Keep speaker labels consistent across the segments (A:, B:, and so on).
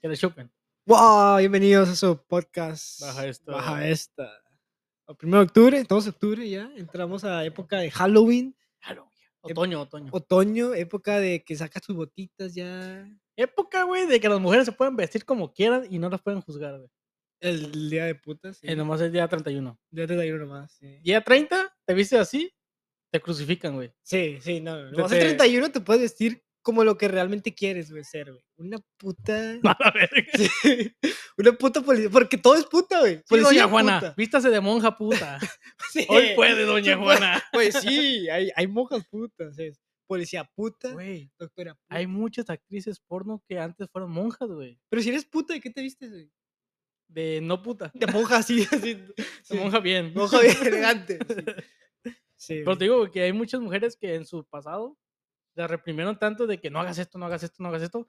A: que le chupen.
B: ¡Wow! Bienvenidos a su podcast.
A: Baja esta.
B: Baja esta. El 1 de octubre, estamos en octubre ya. Entramos a época de Halloween,
A: Claro, Otoño, otoño.
B: otoño, época de que sacas tus botitas ya.
A: Época, güey, de que las mujeres se pueden vestir como quieran y no las pueden juzgar, güey.
B: El día de putas. Sí.
A: Eh, nomás es día 31.
B: Ya te dieron nomás. Sí.
A: Día 30, te vistes así, te crucifican, güey.
B: sí, sí, no.
A: Te-
B: Nomás el
A: te-
B: 31 te puedes vestir como lo que realmente quieres, güey, ser, güey. Una puta.
A: A la verga.
B: Sí, Una puta policía. Porque todo es puta, güey.
A: Sí,
B: Policía
A: doña Pues Juana,
B: puta.
A: vístase de monja puta.
B: Sí.
A: Hoy puede,
B: Sí,
A: doña
B: pues,
A: Juana.
B: Pues sí, hay, hay monjas putas. es Policía puta,
A: Güey,
B: doctora puta.
A: hay muchas actrices porno que antes fueron monjas, güey.
B: Pero si eres puta, ¿de qué te vistes, güey?
A: De no puta.
B: De monja así, así. sí,
A: De monja bien.
B: Monja bien elegante. sí. Sí.
A: Pero
B: güey.
A: te digo güey, que hay muchas mujeres que en su pasado las reprimieron tanto de que no hagas esto, no hagas esto, no hagas esto.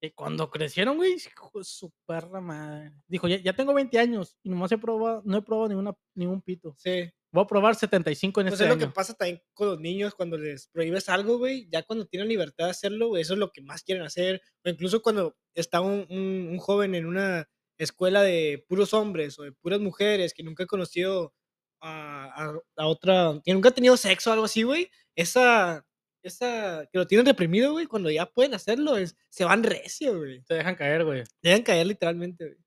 A: Que cuando crecieron, güey, hijo de su perra madre. Dijo, ya, ya tengo 20 años y nomás he probado, no he probado ni, una, ni un pito.
B: Sí.
A: Voy a probar 75 en
B: Pues
A: este
B: es lo que
A: año.
B: pasa también con los niños cuando les prohíbes algo, güey. Ya cuando tienen libertad de hacerlo, güey, eso es lo que más quieren hacer. O incluso cuando está un, un- un joven en una escuela de puros hombres o de puras mujeres que nunca ha conocido a, a- a otra, que nunca ha tenido sexo o algo así, güey. Esa, esa, que lo tienen reprimido, güey, cuando ya pueden hacerlo, es- se van recio, güey.
A: Te dejan caer, güey.
B: Dejan caer literalmente, güey.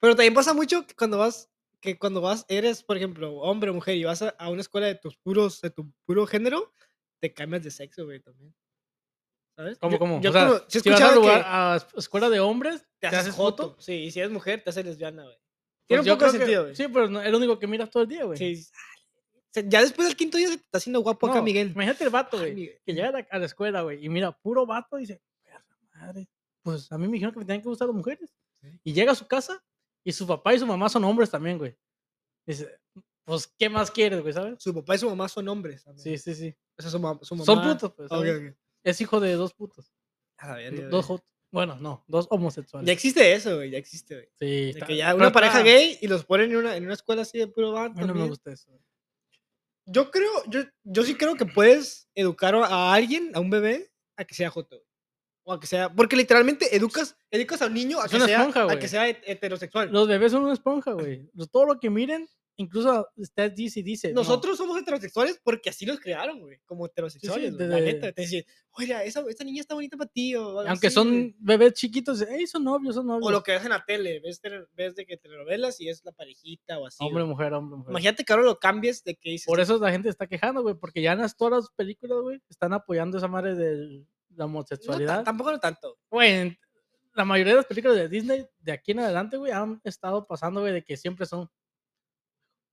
B: Pero también pasa mucho que cuando vas, que cuando vas, eres, por ejemplo, hombre o mujer y vas a, a una escuela de tus puros, de tu puro género, te cambias de sexo, güey, también. ¿Sabes?
A: ¿Cómo,
B: Yo-
A: cómo?
B: Yo
A: O sea,
B: como- sí he
A: Si vas a,
B: escuchado
A: lugar,
B: que
A: a es- escuela de hombres,
B: te haces joto. Sí, y si eres mujer, te haces lesbiana, güey.
A: Pues
B: Tiene un
A: yo
B: poco de
A: creo que-
B: sentido, güey.
A: Sí, pero no- es lo único que miras todo el día, güey.
B: Sí, dices, "Ah, se- Ya después del quinto día se te está haciendo guapo acá,
A: No,
B: Miguel.
A: Imagínate el vato,
B: Ay,
A: güey.
B: Miguel.
A: que llega a la, a la escuela, güey, y mira, puro vato, dice, "Perra madre, pues a mí me dijeron que me tenían que gustar las mujeres.
B: Sí.
A: Y llega a su casa y su papá y su mamá son hombres también, güey. Dice, pues, ¿qué más quieres, güey, sabes?
B: Su papá y su mamá son hombres. también.
A: Sí, sí, sí.
B: O sea, su, ma- su mamá.
A: Son putos, pues.
B: Ok,
A: ¿sabes?
B: ok.
A: Es hijo de dos putos.
B: A la
A: do-
B: verga,
A: dos
B: güey.
A: hot- Bueno, no, dos homosexuales.
B: Ya existe eso, güey. Ya existe, güey.
A: Sí,
B: De
A: está-
B: que ya
A: pero
B: una pareja
A: está-
B: gay y los ponen en una, en una escuela así de puro
A: A
B: vato.
A: mí no me gusta eso.
B: Yo creo, yo, yo sí creo que puedes educar a alguien, a un bebé, a que sea joto. güey. O a que sea. Porque literalmente educas, educas a un niño a
A: Es
B: que,
A: una
B: sea,
A: esponja,
B: a
A: güey.
B: que sea het- heterosexual.
A: Los bebés son una esponja, güey. Lo- Todo lo que miren, incluso está dice y dice. no,
B: Nosotros somos heterosexuales porque así los crearon, güey. Como heterosexuales, güey, la
A: desde-
B: neta. Te dicen, oiga, esa, esa niña está bonita para ti. O, algo
A: Aunque
B: así, güey.
A: son bebés chiquitos, dicen, "Ey, son novios, son novios.
B: O lo que ves en la tele, ves, tele- ves de que telenovelas y es la parejita o así. güey.
A: hombre, mujer, hombre, mujer.
B: Imagínate que ahora lo cambies de que dices.
A: Por eso la gente está quejando, güey, porque ya en las- todas las películas, güey, están apoyando esa madre de la
B: "No, tan-
A: homosexualidad.
B: tampoco no tanto.
A: Güey, en- la mayoría de las películas de Disney de aquí en adelante, güey, han estado pasando, güey, de que siempre son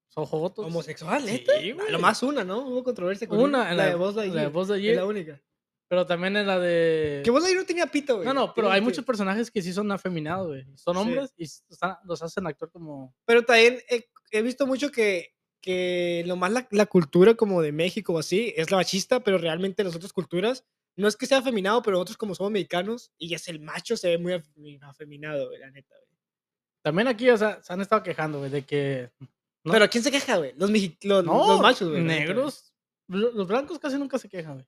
A: son jotos.
B: homosexual,
A: pues, Sí,
B: ¿neta? Ah,
A: güey.
B: Lo más una, ¿no? Hubo controversia con
A: Una, en
B: la, de Voz
A: la de Buzz
B: Es
A: Lightyear,
B: la única.
A: pero también en la de...
B: Que Voz no tenía pito, güey.
A: no, no, pero
B: tiene
A: hay
B: sentido.
A: muchos personajes que sí son afeminados, güey. Son
B: Sí.
A: hombres y s- están- los hacen actuar como...
B: Pero también he, he visto mucho que, que lo más la, la cultura como de México o así es la machista, pero realmente las otras culturas no es que sea afeminado, pero nosotros como somos mexicanos y es el macho se ve muy afemi- afeminado, güey, la neta, güey.
A: También aquí, o sea, se han estado quejando, güey, de que... No.
B: Pero ¿quién se queja, güey? Los, mexi- los,
A: No,
B: los machos, güey. la neta, güey.
A: negros. bl- Los blancos casi nunca se quejan, güey.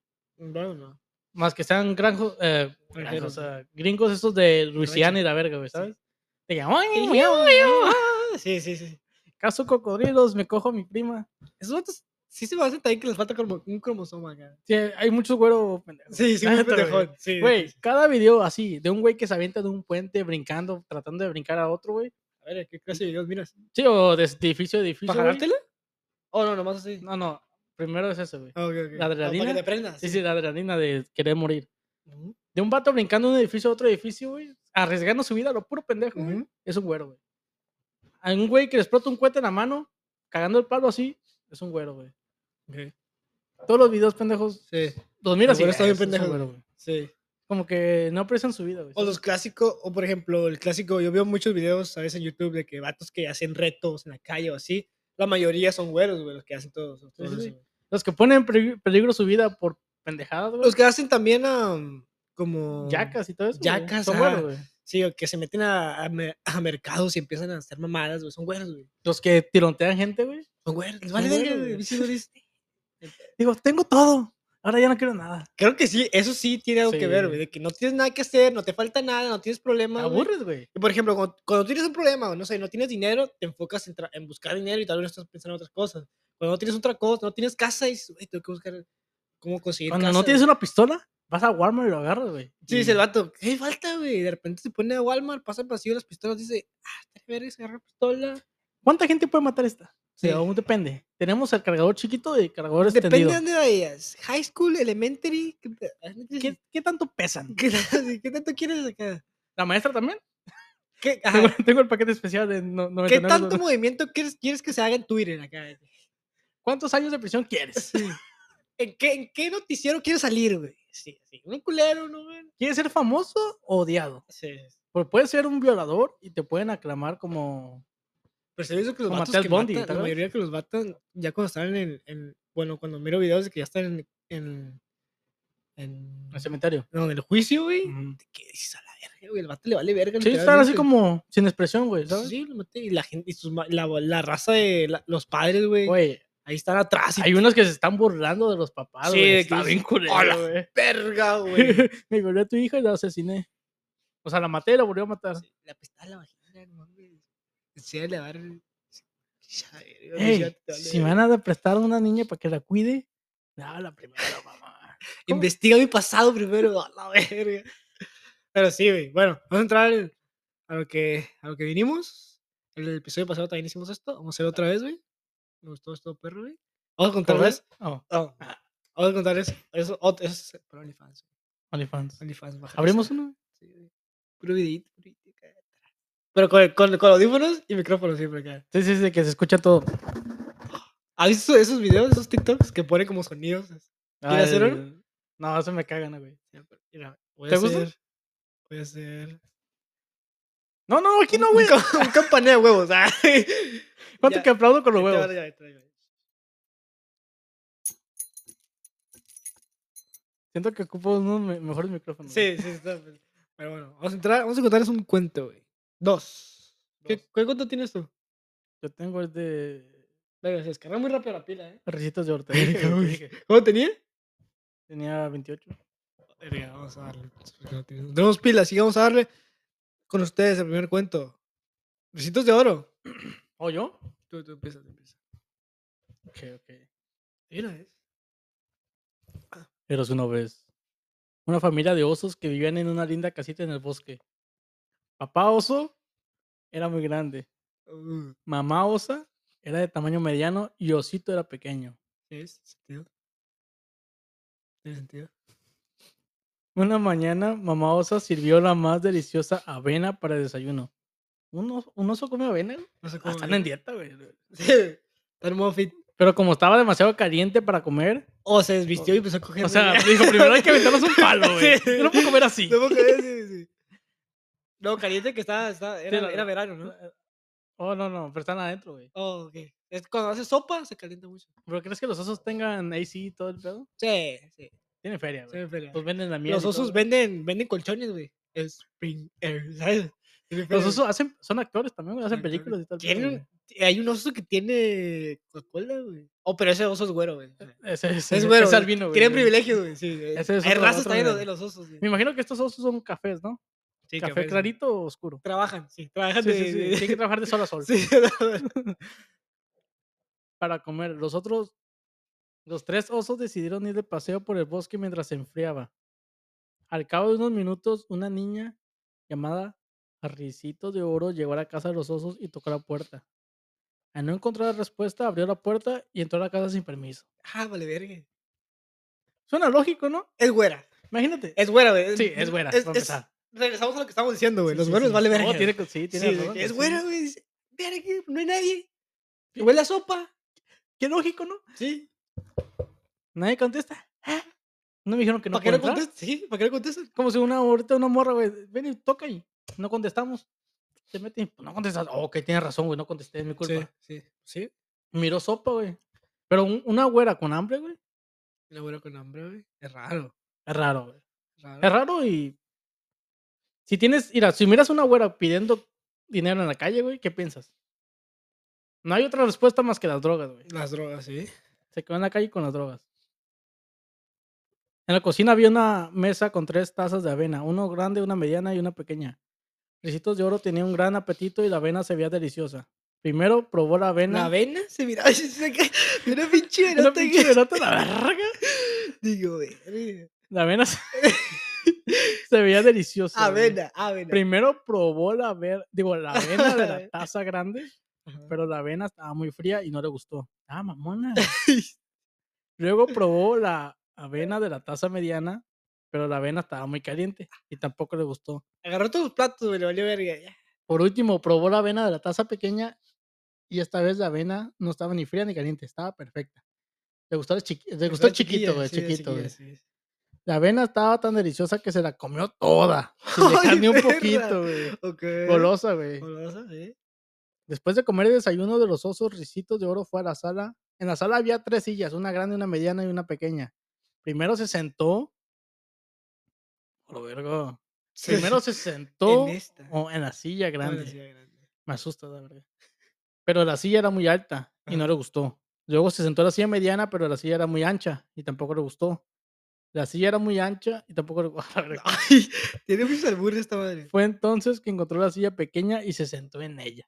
B: Bueno, no.
A: más que sean granjos, eh, granjos,
B: Granjeros,
A: o sea, gringos estos de Luisiana y la verga, güey,
B: Sí.
A: ¿sabes? De que, "Ay, güey, ay, ay,
B: Ah, Sí, sí, sí.
A: caso cocodrilos, me cojo a mi prima.
B: Esos vatos sí se me hace también que les falta como un cromosoma acá.
A: Sí, hay muchos güeros pendejos.
B: Sí, sí,
A: la
B: muy
A: neta, güey.
B: pendejón. Sí,
A: Güey, cada video así, de un güey que se avienta de un puente brincando, tratando de brincar a otro, güey.
B: A ver, ¿qué clase de videos miras?
A: Sí, o de edificio a edificio.
B: ¿Para
A: güey.
B: jalártela? Oh, no, nomás así.
A: No, no, primero es ese, güey.
B: Ah, ok, ok.
A: ¿La
B: Ah, Para
A: adrenalina?
B: que te prendas.
A: Sí, sí, la adrenalina de querer morir.
B: Ujú,
A: De un vato brincando de un edificio a otro edificio, güey, arriesgando su vida a lo puro pendejo, güey.
B: ujú.
A: es un güero, güey. Hay un güey que les explota un cohete en la mano, cagando el palo así, es un güero, güey. Todos los videos pendejos,
B: Sí,
A: los miras y
B: güeros están
A: "Ah, ese es
B: bien
A: un
B: pendejos,
A: güero, güey".
B: sí.
A: Como que no aprecian su vida, güey.
B: O los clásicos, o por ejemplo, el clásico, yo veo muchos videos a veces en YouTube de que vatos que hacen retos en la calle o así, la mayoría son güeros, güey, los que hacen todos. todos
A: sí,
B: eso,
A: sí.
B: güey.
A: Los que ponen en peri- peligro su vida por pendejadas, güey.
B: Los que hacen también am, como...
A: Yacas y todo eso. güey,
B: Yacas,
A: son
B: ah.
A: güeros, güey.
B: Sí, o que se meten a, a mer- a mercados y empiezan a hacer mamadas, güey, son güeros, güey.
A: Los que tirontean gente, güey.
B: Son güeros, les vale
A: güeros,
B: verga,
A: güey.
B: güey. mis hijos dicen,
A: Digo, tengo todo. Ahora ya no quiero nada.
B: Creo que sí, eso sí tiene algo que ver, güey,
A: Sí.
B: de que no tienes nada que hacer, no te falta nada, no tienes
A: Te
B: problemas. güey.
A: aburres, güey.
B: Y por ejemplo, cuando, cuando tienes un problema, o no sé, no tienes dinero, te enfocas en, tra- en buscar dinero y tal vez no estás pensando en otras cosas. Cuando no tienes otra cosa, no tienes casa y dices, "Güey, tengo que buscar cómo conseguir
A: Cuando
B: casa,
A: no
B: güey".
A: tienes Mm. una pistola, vas a Walmart y lo agarras, güey.
B: Sí,
A: y-
B: dice el vato, ¿qué falta, güey? De repente se pone a Walmart, pasa el pasillo de las pistolas, dice, ah, tres vergas, agarra pistola.
A: ¿Cuánta gente puede matar esta? Sí.
B: Sí.
A: aún depende. Tenemos el cargador chiquito y el cargador
B: Depende de
A: extendido.
B: dónde vayas. High school, elementary. ¿Qué, pe-
A: ¿Qué, qué tanto pesan?
B: qué- qué- qué tanto quieres acá?
A: ¿La maestra también?
B: ¿Qué, ajá,
A: Tengo, tengo el paquete especial de no,
B: ¿qué
A: 99
B: tanto
A: dólares.
B: movimiento quieres, quieres que se haga en Twitter acá?
A: ¿Cuántos años de prisión quieres?
B: ¿En qué, en qué noticiero quieres salir, güey? Sí, sí. Un culero, ¿no, güey?
A: ¿Quieres ser famoso o odiado?
B: Sí.
A: Porque puedes ser un violador y te pueden aclamar como...
B: Pero se hizo que los
A: Como
B: vatos
A: Ted
B: que
A: Bundy,
B: matan,
A: ¿te
B: la
A: acuerdas?
B: mayoría que los matan, ya cuando están en, en- bueno, cuando miro videos de que ya están en, en, en,
A: en el cementerio.
B: no, en el juicio, güey,
A: Ujú.
B: que dices a la verga, güey, el vato le vale verga.
A: Sí, están así
B: literalmente.
A: como sin expresión, güey, ¿sabes?
B: Sí, lo maté, y la gente, y sus ma- la, la raza de la- los padres, güey,
A: Güey,
B: ahí están atrás. Y
A: hay unos que se están burlando de los papás,
B: Sí,
A: güey.
B: de que
A: Está
B: dices,
A: bien culero,
B: "Hola,
A: güey.
B: verga, güey.
A: Me violé a tu hija y la asesiné. O sea, la maté y la volví a matar.
B: Sí, La apestaba la vagina, no mames. Sí, le va a dar- Ya, verga, güey, ya
A: Ey,
B: te vale
A: si me
B: verga.
A: van a prestar a una niña para que la cuide, no, la primera, mamá. ¿Cómo?
B: Investiga mi pasado primero, a la verga. Pero sí, güey. Bueno, vamos a entrar al- a, lo que, a lo que vinimos. En el episodio pasado también hicimos esto. Vamos a hacerlo otra vez, güey. Me gustó esto, perro, güey. Vamos a contarles.
A: Oh,
B: oh, Vamos a contarles. Eso, ot- eso es para OnlyFans. güey.
A: OnlyFans.
B: OnlyFans, baja.
A: ¿Abrimos uno?
B: Sí, güey. Puro videíto, puro videíto acá atrás. Pero con, con, con audífonos y micrófono siempre acá.
A: Sí, sí, sí, que se escucha todo.
B: ¿Has visto esos videos, esos TikToks que pone como sonidos? ¿Quieres hacer uno?
A: Al- No, eso me cagan, güey.
B: Mira, voy
A: ¿Te
B: a
A: gusta?
B: hacer. Voy a hacer.
A: No, no, aquí
B: Un-
A: no,
B: un
A: güey.
B: ca- Un campaneo de huevos. ah.
A: ¿Cuánto
B: ya,
A: que aplaudo con los
B: Ahí te va,
A: huevos?
B: ahí te va, ahí te va.
A: Siento que ocupo unos me- mejores micrófonos. güey.
B: Sí, sí, está. pues. Pero bueno, vamos a entrar, vamos a contarles un cuento, güey. Dos. ¿Qué,
A: Dos.
B: qué cuento tienes tú?
A: Yo tengo el de
B: Venga, se descarga muy rápido la pila, ¿eh?
A: Ricitos de Horta.
B: Verga,
A: dije, güey,
B: güey.
A: dije.
B: ¿Cómo tenía?
A: Tenía 28.
B: Verga, vamos a darle. pues, porque no tiene- Tenemos pilas, sí, vamos a darle con ustedes el primer cuento. Recitos de oro.
A: ¿O yo?
B: Tú, tú empiezas, tú empiezas.
A: Ok, ok.
B: Mira, es.
A: Eras una vez una familia de osos que vivían en una linda casita en el bosque. Papá oso era muy grande.
B: Uh,
A: Mamá osa era de tamaño mediano y osito era pequeño.
B: ¿Tiene sentido? ¿Tiene sentido?
A: Una mañana, mamá osa sirvió la más deliciosa avena para desayuno. ¿Un oso, un oso come avena? güey?
B: No sé
A: Ah,
B: cómo.
A: Están en dieta, güey.
B: Sí, está en modo fit.
A: Pero como estaba demasiado caliente para comer,
B: O se desvistió y empezó a coger.
A: o sea, dijo, primero hay que aventarnos un palo, güey.
B: Sí.
A: Yo no puedo comer así.
B: No puedo creer, sí, sí. No, caliente que estaba, estaba- era,
A: la-
B: era verano, ¿no?
A: Oh, no, no, pero están adentro, güey.
B: Oh, ok. Es cuando hace sopa, se calienta mucho.
A: ¿Pero crees que los osos tengan AC y todo el pedo?
B: Sí, sí.
A: Tienen feria, güey.
B: se me pelea.
A: Pues venden la miel.
B: Los
A: y
B: osos
A: todo.
B: venden, venden colchones, güey. Spring Air, ¿sabes? Se me
A: Los
B: pelea,
A: osos hacen, son actores también, güey, hacen
B: Son actores.
A: películas y tal.
B: Tienen un- güey. Hay un oso que tiene Coca-Cola, güey. Oh, pero ese oso es güero, güey.
A: Ese es,
B: Es güero.
A: Es
B: güey.
A: albino, güey.
B: Tienen
A: güey.
B: privilegio, güey. Sí, güey.
A: Ese es
B: Hay
A: otro-
B: razas
A: otro
B: también de
A: nivel.
B: los osos, güey.
A: Me imagino que estos osos son cafés, ¿no?
B: Sí,
A: Café,
B: cafés, güey.
A: clarito o oscuro.
B: Trabajan, sí. Trabajan
A: Sí,
B: de-
A: sí, sí.
B: de-
A: Tienen que trabajar de sol a sol
B: Sí,
A: para comer. Los otros, los tres osos decidieron ir de paseo por el bosque mientras se enfriaba. Al cabo de unos minutos, una niña llamada Ricito de Oro llegó a la casa de los osos y tocó la puerta. Al no encontrar respuesta, abrió la puerta y entró a la casa sin permiso.
B: ah, vale, verga.
A: Suena lógico, ¿no?
B: Es güera.
A: Imagínate.
B: Es güera, güey.
A: sí, es buena. para empezar.
B: regresamos a lo que estamos diciendo, güey.
A: Sí,
B: Los
A: sí,
B: güeros
A: sí.
B: vale
A: No,
B: verga.
A: tiene co- sí,
B: Sí,
A: tiene
B: de que
A: razón,
B: es
A: sí.
B: güera, güey. dice, Verga, no hay nadie. Y Huele a sopa.
A: Qué lógico, ¿no?
B: Sí.
A: Nadie contesta. ¿Ah? No me dijeron que no.
B: ¿Para qué no
A: puedo entrar?
B: contestas? Sí, ¿para qué no contestas?
A: Como si una ahorita una morra, güey, ven y toca y no contestamos. Se mete y no contestas. Oh, ok, tienes razón, güey, no contesté, es mi culpa.
B: Sí, sí. Sí.
A: Miró sopa, güey. Pero un- una güera con hambre, güey,
B: Una güera con hambre, güey. Es raro.
A: es raro, güey.
B: raro.
A: Es raro y. Si tienes. Mira, si miras una güera pidiendo dinero en la calle, güey, ¿qué piensas? No hay otra respuesta más que las drogas, güey.
B: Las drogas, sí.
A: Se quedó en la calle con las drogas. En la cocina había una mesa con tres tazas de avena, uno grande, una mediana y una pequeña. Ricitos de Oro tenía un gran apetito y la avena se veía deliciosa. Primero probó la avena.
B: La avena se miraba. Una pinche
A: Una
B: verota
A: pinche
B: que-
A: verota, la verga.
B: Digo, verga.
A: La avena se, se veía deliciosa. güey.
B: Avena, avena.
A: Primero probó la ver, digo, la avena de
B: Avena.
A: la taza grande,
B: Ajá.
A: pero la avena estaba muy fría y no le gustó. Ah, mamona. Luego probó la avena de la taza mediana, pero la avena estaba muy caliente y tampoco le gustó.
B: Agarró todos los platos, güey, le valió verga. ya.
A: Por último, probó la avena de la taza pequeña y esta vez la avena no estaba ni fría ni caliente, estaba perfecta. Le gustó el, chiqui- le gustó
B: Estaba
A: el chiquito,
B: chiquilla,
A: güey,
B: sí, de
A: chiquito, güey.
B: chiquilla, sí, sí.
A: La avena estaba tan deliciosa que se la comió toda, sin
B: ¡Ay,
A: dejar ni un
B: perra!
A: poquito, güey.
B: Ok.
A: Golosa, güey.
B: Golosa, sí.
A: Después de comer el desayuno de los osos, Ricitos de Oro fue a la sala. En la sala había tres sillas, una grande, una mediana y una pequeña. Primero se sentó. A lo verga. Primero se sentó
B: En esta.
A: o en la silla
B: Ah, bueno,
A: grande.
B: sí, grande.
A: Me asusta, la verdad. Pero la silla era muy alta y no
B: Ajá.
A: le gustó. Luego se sentó a la silla mediana, pero la silla era muy ancha y tampoco le gustó. La silla era muy ancha y tampoco le gustó.
B: Ay, tiene muchos albures esta madre.
A: Fue entonces que encontró la silla pequeña y se sentó en ella.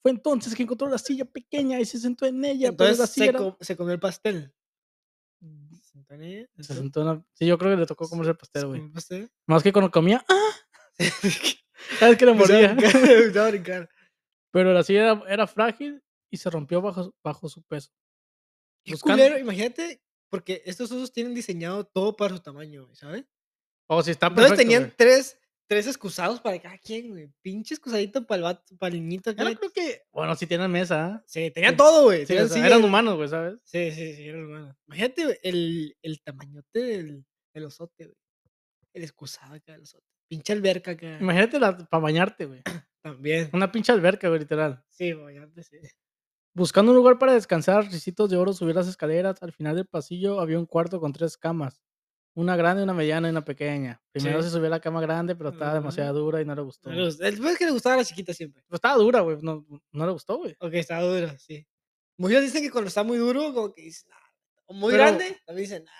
A: Fue entonces que encontró la silla pequeña y se sentó en ella. pero la
B: Entonces
A: silla
B: se,
A: era-
B: co- se comió el pastel.
A: Mm,
B: Se sentó en ella,
A: se
B: entonces,
A: sentó en la- Sí, yo creo que le tocó
B: Se-
A: comerse el
B: se
A: pastel,
B: comió
A: güey.
B: el pastel.
A: Más que cuando comía, ¡ah! Cada vez que le
B: Empezó a
A: mordía.
B: brincar, empezó a brincar.
A: Pero la silla era, era frágil y se rompió bajo, su- bajo su peso.
B: Qué
A: Buscando-
B: culero, imagínate, porque estos osos tienen diseñado todo para su tamaño, güey, ¿sabes?
A: Oh, sí, está perfecto.
B: Entonces tenían
A: güey.
B: tres, tres excusados para cada quien, güey. Pinche excusadito para el vato, para el niñito.
A: Yo
B: acá.
A: no creo que. Bueno, sí tienen mesa. ¿eh?
B: Sí, tenían
A: Sí,
B: todo, güey.
A: Sí,
B: tenían Eh.
A: o sea,
B: silla,
A: eran
B: güey.
A: humanos, güey, ¿sabes?
B: Sí, sí, sí, eran humanos. Imagínate güey, el, el tamañote del, del osote, güey. El excusado acá del osote. Pinche alberca acá.
A: Imagínate para bañarte, güey.
B: También.
A: Una pinche alberca, güey, literal.
B: Sí, güey, antes sí.
A: Buscando un lugar para descansar, Ricitos de Oro subió las escaleras. Al final del pasillo había un cuarto con tres camas. Una grande, una mediana y una pequeña. Primero
B: Sí.
A: se subió a la cama grande, pero estaba
B: Ajá.
A: demasiado dura y no le gustó.
B: No le gust- El es que le gustaba a la chiquita siempre.
A: Pero estaba dura, güey. No, no le gustó, güey.
B: Ok, estaba duro, sí. Muchos dicen que cuando está muy duro, como que dicen, "Nah". O muy
A: Pero-
B: grande, también dicen, nah.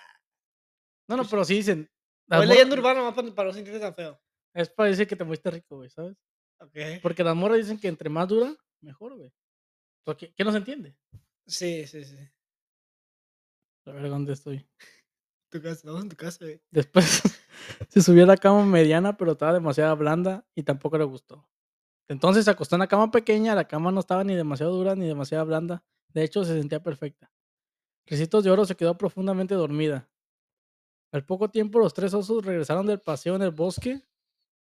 A: No, no,
B: Pues-
A: pero sí dicen. las
B: O es
A: morras-
B: Pues, leyenda urbana más para, para no sentirse tan feo.
A: Es para decir que te muestres rico, güey, ¿sabes?
B: Ok.
A: Porque las morras dicen que entre más dura, mejor, güey. Porque- ¿Qué no se entiende?
B: Sí, sí, sí.
A: A ver dónde estoy.
B: Tu casa, estamos en tu casa, güey.
A: Después se subió a la cama mediana, pero estaba demasiado blanda y tampoco le gustó. Entonces se acostó en la cama pequeña, la cama no estaba ni demasiado dura ni demasiado blanda. De hecho, se sentía perfecta. Ricitos de Oro se quedó profundamente dormida. Al poco tiempo, los tres osos regresaron del paseo en el bosque.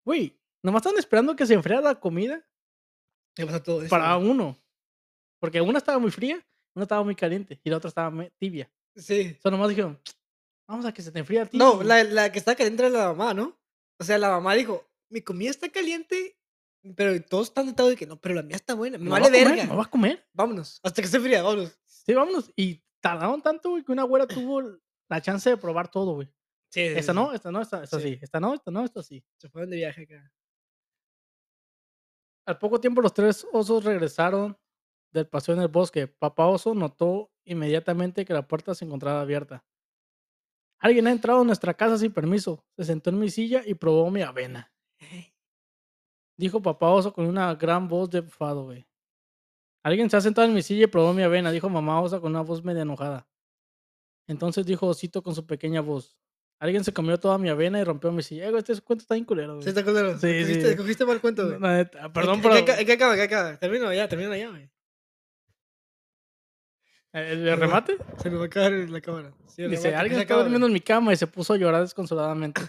A: Güey, nomás estaban esperando que se enfriara la comida
B: ¿Qué pasa todo eso?
A: para
B: güey?
A: uno. Porque una estaba muy fría, una estaba muy caliente y la otra estaba me- tibia.
B: Sí.
A: O sea, nomás dijeron, vamos a que se te enfríe a ti.
B: No, la, la que está caliente era la mamá, ¿no? O sea, la mamá dijo, mi comida está caliente, pero todos están sentados de que no, pero la mía está buena. Me
A: ¿No va a
B: vale
A: comer?
B: verga.
A: ¿No va a comer?
B: Vámonos. Hasta que esté fría, vámonos.
A: Sí, vámonos. Y tardaron tanto, güey, que una güera tuvo l- la chance de probar todo, güey.
B: Sí, sí,
A: Esta
B: sí.
A: no, esta no, esta, esta
B: Sí.
A: sí. Esta no, esta no, esta sí.
B: Se fueron de viaje acá.
A: Al poco tiempo los tres osos regresaron del paseo en el bosque. Papá oso notó inmediatamente que la puerta se encontraba abierta. Alguien ha entrado a nuestra casa sin permiso. Se sentó en mi silla y probó mi avena. Dijo papá oso con una gran voz de enfado, güey. Alguien se ha sentado en mi silla y probó mi avena, dijo mamá osa con una voz media enojada. Entonces dijo Osito con su pequeña voz. Alguien se comió toda mi avena y rompió mi silla. Eh, güey, este cuento está bien culero, güey.
B: ¿Sí está culero?
A: Sí, sí.
B: Cogiste- Cogiste mal cuento, güey.
A: No, la neta, ah, Perdón,
B: ¿En qué-
A: pero
B: en qué- en qué acaba? ¿En qué acaba? Termino ya, termino ya, güey.
A: ¿El el Eh, remate?
B: Se me va a caer la cámara. Sí, el
A: Dice,
B: remate,
A: alguien
B: ¿qué
A: se
B: acaba,
A: quedó durmiendo
B: güey?
A: en mi cama y se puso a llorar desconsoladamente.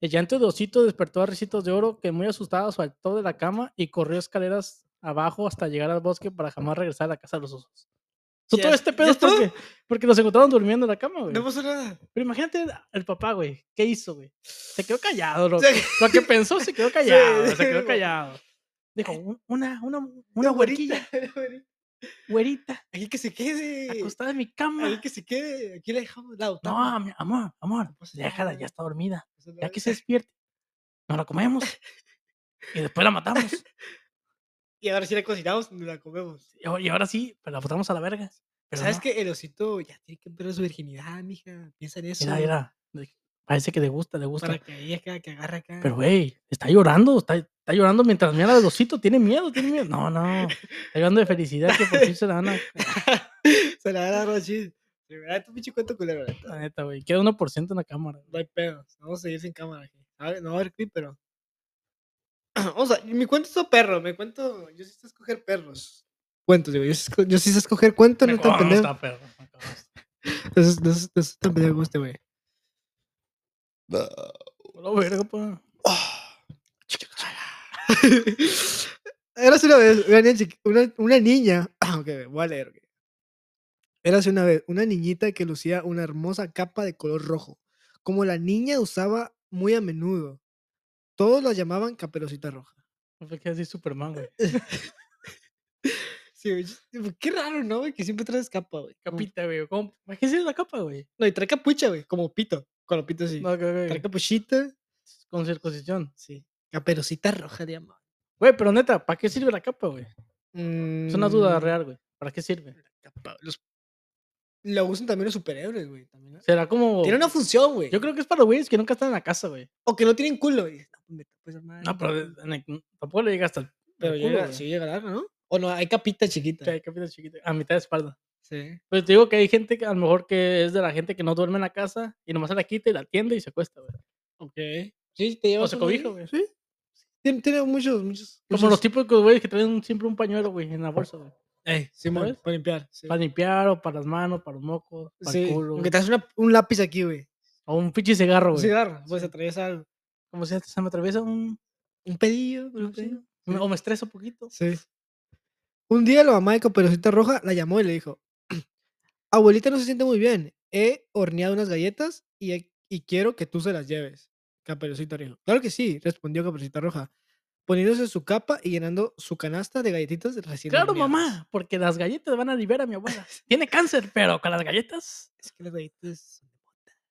A: El llanto de Osito despertó a Ricitos de Oro, que muy asustado saltó de la cama y corrió escaleras abajo hasta llegar al bosque para jamás regresar a la casa de los osos. So,
B: Ya
A: todo
B: es-
A: este
B: ya
A: pedo
B: es
A: es
B: todo.
A: porque, porque los encontraron durmiendo en la cama, güey.
B: No pasó nada.
A: Pero imagínate el, el papá, güey. ¿Qué hizo, güey? Se quedó callado,
B: O
A: lo,
B: sea,
A: lo que pensó se quedó callado,
B: sí,
A: se quedó
B: güey.
A: callado. Dijo, "Un- una, una, una
B: la güerita,
A: huerquilla,
B: la güerita.
A: güerita,
B: Aquí que se quede.
A: acostada en mi cama.
B: Aquí que se quede. Aquí la dejamos. La
A: No,
B: botamos.
A: am- amor, amor,
B: pasa
A: déjala,
B: nada.
A: ya está dormida.
B: Esa es la
A: ya que
B: güerita.
A: se despierte, nos la comemos y después la matamos.
B: Y ahora sí la cocinamos, nos la comemos.
A: Y ahora- y ahora sí, pues la botamos a la verga. Pero
B: ¿Sabes
A: no,
B: qué? El osito ya tiene que perder su virginidad, mija. Piensa en eso.
A: Mira, mira, de- Parece que le gusta, le gusta.
B: Para que ahí es que, que agarra acá.
A: Pero, güey, está llorando, está, está llorando mientras mira al osito, tiene miedo, tiene miedo. No, no, está llorando de felicidad que por fin se la van a...
B: se la agarra así. De verdad, tu pinche cuento culero, la neta.
A: La neta, güey, queda 1% en la cámara.
B: No hay pedos. Vamos a seguir sin cámara aquí. A ver, no va a haber clip, pero. Vamos a. Mi cuento es perro. Me cuento. Yo sí sé escoger perros. Cuentos, digo. Yo sí, esco- yo sí sé escoger cuentos.
A: Me
B: No tan
A: consta,
B: pendejo.
A: perro, me consta.
B: No es- no es- no es tan pendejo como este, güey.
A: Hola, verga, pa.
B: Ah. Eras una vez una, niña chiqui- una- una niña. Ok, voy a leer. ok. Érase una vez una niñita que lucía una hermosa capa de color rojo, como la niña usaba muy a menudo. Todos la llamaban Caperucita Roja.
A: No sé qué decir Superman, güey.
B: Sí, güey, yo- qué raro, ¿no? güey? Que siempre traes capa, güey. como-
A: Capita, güey. ¿cómo? Imagínese la capa, güey.
B: No, y trae capucha, güey, como pito. Con los pitos así.
A: No, güey,
B: trae
A: güey,
B: capuchita.
A: Con circuncisión.
B: Sí. Caperucita Roja, digamos.
A: Güey, pero neta, ¿para qué sirve la capa, güey? Es una duda
B: Mm.
A: real, güey. ¿Para qué sirve?
B: capa- Los... Lo usan también los superhéroes, güey. también, ¿no?
A: Será como...
B: Tiene una función, güey.
A: Yo creo que es para los güeyes que nunca están en la casa, güey.
B: O que no tienen culo, güey. No, pues, me tapo esa madre,
A: No, pero
B: güey.
A: en el- tampoco le llega hasta el...
B: Pero
A: el culo,
B: llega,
A: güey.
B: sí llegará, ¿no? O no, hay capita chiquita.
A: Sí, hay capitas chiquitas, A mitad de espalda.
B: Sí.
A: Pero te digo que hay gente que a lo mejor que es de la gente que no duerme en la casa y nomás se la quita y la atiende y se acuesta, güey.
B: Ok. Sí, te llevas.
A: se
B: uno ahí,
A: cobija, güey.
B: Sí. Tiene, tiene muchos, muchos.
A: Como los típicos güeyes que traen un- siempre un pañuelo, güey, en la bolsa, güey.
B: Eh, sí, mon,
A: ¿sabes?
B: para limpiar. Sí.
A: Para limpiar o para las manos, para los mocos, para
B: Sí,
A: el culo.
B: Aunque te haces una- un lápiz aquí, güey.
A: O un pinche cigarro,
B: Un
A: güey.
B: cigarro. Pues atraviesa algo.
A: Como si hasta se me atraviesa un...
B: Un pedillo.
A: no
B: no
A: sé,
B: sé.
A: me- O me estresa un poquito.
B: Sí. Un día la mamá de Caperucita Roja la llamó y le dijo, abuelita no se siente muy bien, he horneado unas galletas y, he- y quiero que tú se las lleves. Caperucita dijo, claro que sí, respondió Caperucita Roja, poniéndose su capa y llenando su canasta de galletitas recién
A: Claro,
B: horneadas".
A: mamá, porque las galletas van a liberar a mi abuela. Tiene cáncer, pero con las galletas...
B: Es que las galletas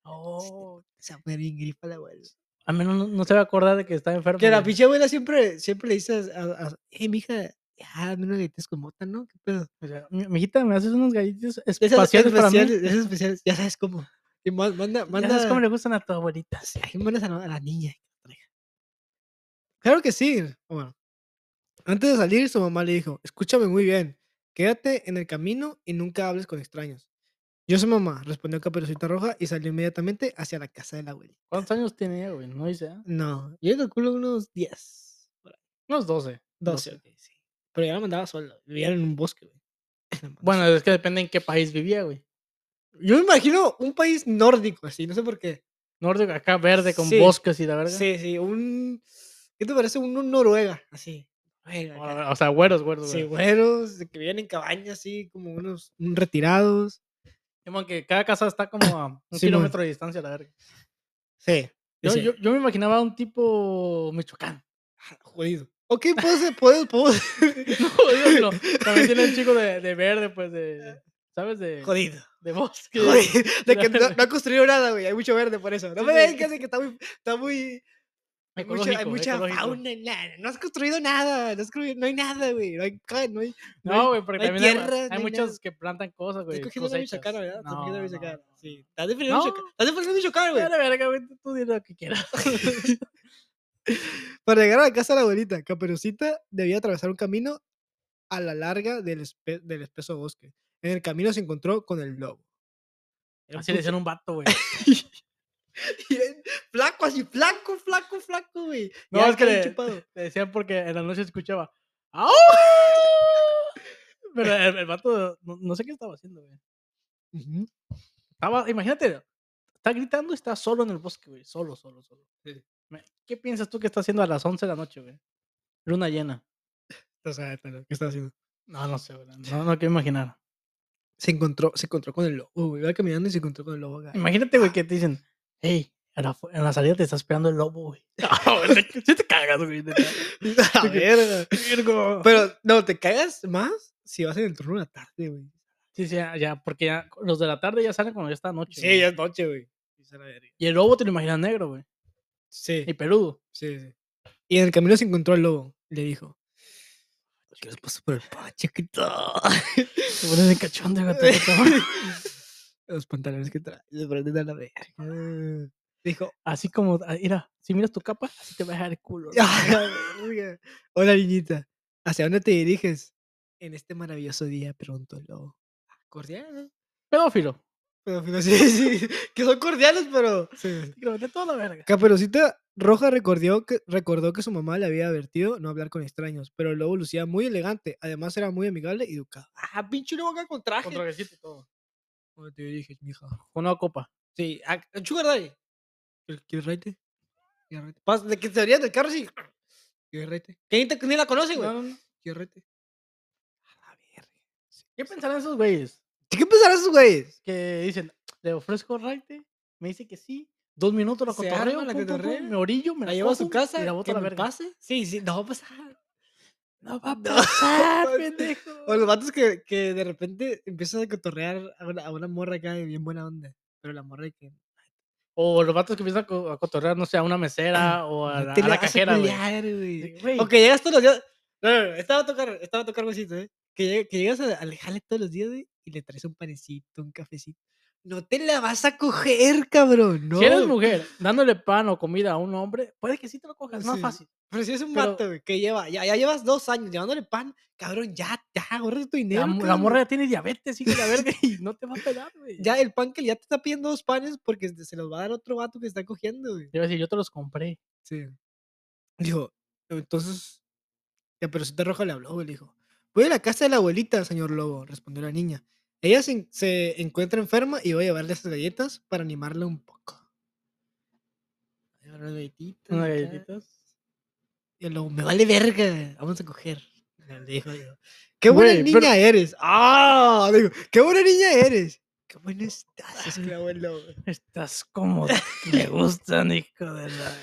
A: Oh,
B: se van a poner bien gripa la abuela.
A: al menos no, no se va a acordar de que está enfermo.
B: Que la
A: güey.
B: pinche abuela siempre, siempre le dice a, a, a- eh, mija, ya, dame unas galletas con mota, ¿no? ¿Qué pedo?
A: O sea, "Mi- Mijita, me haces unos galletas
B: De esas
A: espaciales para mí.
B: especiales, de esas especiales, ya sabes cómo. Y ma- manda, manda,
A: Ya sabes cómo le gustan a tu abuelita.
B: Sí, ahí mandas a la, a la niña. que la traiga. Claro que sí. Bueno, antes de salir, su mamá le dijo, escúchame muy bien, quédate en el camino y nunca hables con extraños. Yo soy mamá, respondió Caperucita Roja y salió inmediatamente hacia la casa de la abuela.
A: ¿Cuántos años tenía, güey? No dice. ¿ah?
B: No, yo calculo unos 10, por ahí,
A: Unos 12.
B: 12. ok, sí. Pero ya la mandaba sola, vivían en un bosque. güey. No manches.
A: Bueno, es que depende en qué país vivía, güey.
B: yo me imagino un país nórdico así, no sé por qué.
A: Norte, acá verde, con
B: Sí,
A: bosques y la verga.
B: Sí, sí, un... ¿Qué te parece? Un, un Noruega, así. Noruega, acá.
A: O, o sea, güeros, güeros. Sí,
B: Sí, güeros, de que vivían en cabañas, así, como unos un retirados.
A: que cada casa está como a un
B: Simón.
A: kilómetro de distancia, la verga.
B: Sí.
A: Yo,
B: sí.
A: yo, yo me imaginaba un tipo Michoacán.
B: Ah, Jodido. Ok, puedo ser, puedo, puedo ser-
A: No, digo, pero también tiene un chico de, de verde, pues, de. ¿Sabes? De,
B: Jodido.
A: de bosque.
B: jodido, De que no,
A: Claro.
B: no ha construido nada, güey. Hay mucho verde por eso. No
A: Sí,
B: me
A: sí.
B: vengas de que está muy. Está muy hay mucha- hay
A: ecológico,
B: mucha
A: ecológico.
B: fauna. nada, no has construido nada. No, has construido- no hay nada, güey. No hay. ca- No hay
A: No, güey, porque
B: no hay
A: también hay-
B: tierra,
A: hay,
B: no hay
A: muchos
B: nada.
A: que plantan cosas, güey.
B: Estás cogiendo de
A: cosechas.
B: Michoacán, ¿verdad? Estás cogiendo de
A: No, no,
B: Michoacán.
A: no.
B: Sí. Estás defendiendo
A: No.
B: Michoacán. Estás defendiendo Michoacán, güey.
A: Ya la verga, güey, tú di lo que quieras.
B: Para llegar a la casa de la abuelita, Caperucita debía atravesar un camino a la larga del, espe- del espeso bosque. En el camino se encontró con el lobo. Era un
A: Así le
B: pinche-
A: hicieron un vato, güey.
B: bien flaco, así, flaco, flaco, flaco, güey.
A: No,
B: Ya
A: es que
B: bien
A: le-
B: chupado.
A: Le decían porque en la noche escuchaba. ¡Au! Pero el, el vato, no, no sé qué estaba haciendo, güey.
B: Ujú.
A: Estaba, imagínate, está gritando y está solo en el bosque, güey. Solo, solo, solo.
B: Sí.
A: Me- ¿Qué piensas tú que está haciendo a las 11 de la noche, güey? Luna llena.
B: O sea, neta, ¿qué está haciendo?
A: No, no sé, güey. No, no quiero imaginar.
B: Se encontró, se encontró con el lobo, güey. Iba caminando y se encontró con el lobo acá.
A: Imagínate, güey, que te dicen, hey, en la, fu- en la salida te está esperando el lobo, güey. No, güey, te- sí te cagas, güey. neta.
B: A ver,
A: Virgo.
B: Pero, no, te cagas más si vas en el turno de la tarde, güey.
A: Sí, sí, ya, ya, porque ya los de la tarde ya salen cuando ya está noche.
B: Sí,
A: güey.
B: ya es noche, güey. Esa es la verga.
A: Y el lobo te lo imaginas negro, güey.
B: Sí.
A: Y peludo.
B: Sí, sí. Y en el camino se encontró al lobo. Le dijo: ¿Qué les pasó por el pache, chiquito?"
A: Se pone de cachón de gato.
B: Los pantalones que trae, se prenden a la verga. Dijo,
A: Así como, ah, mira, si miras tu capa, así te va a dejar el culo. ¿no?
B: "Ah, la verga". hola niñita, ¿hacia dónde te diriges? En este maravilloso día, pregúntalo. Cordial, ¿no?
A: Pedófilo.
B: Pero, pero sí, sí, que son cordiales, pero...
A: Que lo mete toda la verga.
B: Caperucita Roja recordó que, recordó que su mamá le había advertido no hablar con extraños, pero el lobo lucía muy elegante, además era muy amigable y educado. ¡Ah, pinche lobo acá con traje!
A: Con traguecito y todo.
B: Como te dije, mija.
A: Con una copa.
B: Sí, ah, Sugar Daddy. ¿Quieres- ¿Quieres reírte? ¿Quieres reírte? Pas- de que te orías del carro así. ¿Quieres reírte? Que ni, te- ni la conocen, güey.
A: No, no, no.
B: ¿Quieres reírte? A la verga.
A: ¿Qué pensarán esos güeyes?
B: ¿Qué pensarán esos güeyes?
A: Que dicen, le ofrezco raite, me dice que sí, dos minutos lo
B: Se
A: cotorreo,
B: arma la
A: pum, pum, pum,
B: cotorrea,
A: me orillo, me
B: ¿La llevo a su
A: cojo
B: casa?
A: y la boto
B: ¿Que
A: a la
B: me
A: verga.
B: pase? Sí, sí, no pues, ah, va
A: No
B: a pasar.
A: va a
B: No.
A: pasar,
B: Pues,
A: pendejo.
B: O los vatos que, que de repente empiezan a cotorrear a una, a una morra acá de bien buena onda. Pero la morra de que.
A: O los vatos que empiezan a co- a cotorrear, no sé, a una mesera o a la,
B: "Te
A: a
B: la
A: la
B: vas a
A: cajera, güey.
B: culiar, güey.
A: Sí, güey,
B: O que llegas todos los días. No, no, no, estaba a tocar, estaba a tocar huesito, ¿eh? Que, lleg- que llegas a- al jale todos los días, güey, y le traes un panecito, un cafecito. No te la vas a coger, cabrón, no.
A: Si eres mujer, dándole pan o comida a un hombre, puede que sí te lo cojas, es más
B: Sí.
A: fácil.
B: Pero si es un
A: pero-
B: vato, güey, que lleva, ya, ya llevas dos años llevándole pan, cabrón, ya, ya, gordo tu dinero.
A: La, mu- la
B: cabrón.
A: morra ya tiene diabetes, sigue la verga y no te va a pelar, güey.
B: Ya, el pan que ya te está pidiendo dos panes porque se los va a dar otro vato que está cogiendo, güey.
A: Te iba a decir, yo te los compré.
B: Sí. Dijo, entonces, la perucita roja le habló, güey, le dijo, voy a la casa de la abuelita, señor lobo, respondió la niña. Ella se, en- se encuentra enferma y voy a llevarle esas galletas para animarla un poco. Unas galletitas.
A: Unas
B: acá.
A: galletitas.
B: Y el lobo, me vale verga, vamos a coger. Le dijo, dijo, qué buena
A: Güey,
B: niña
A: pero-
B: eres. ¡Ah! Digo, qué buena niña eres. Qué buena estás, exclamó el lobo.
A: Estás como me gustan, hijo de la.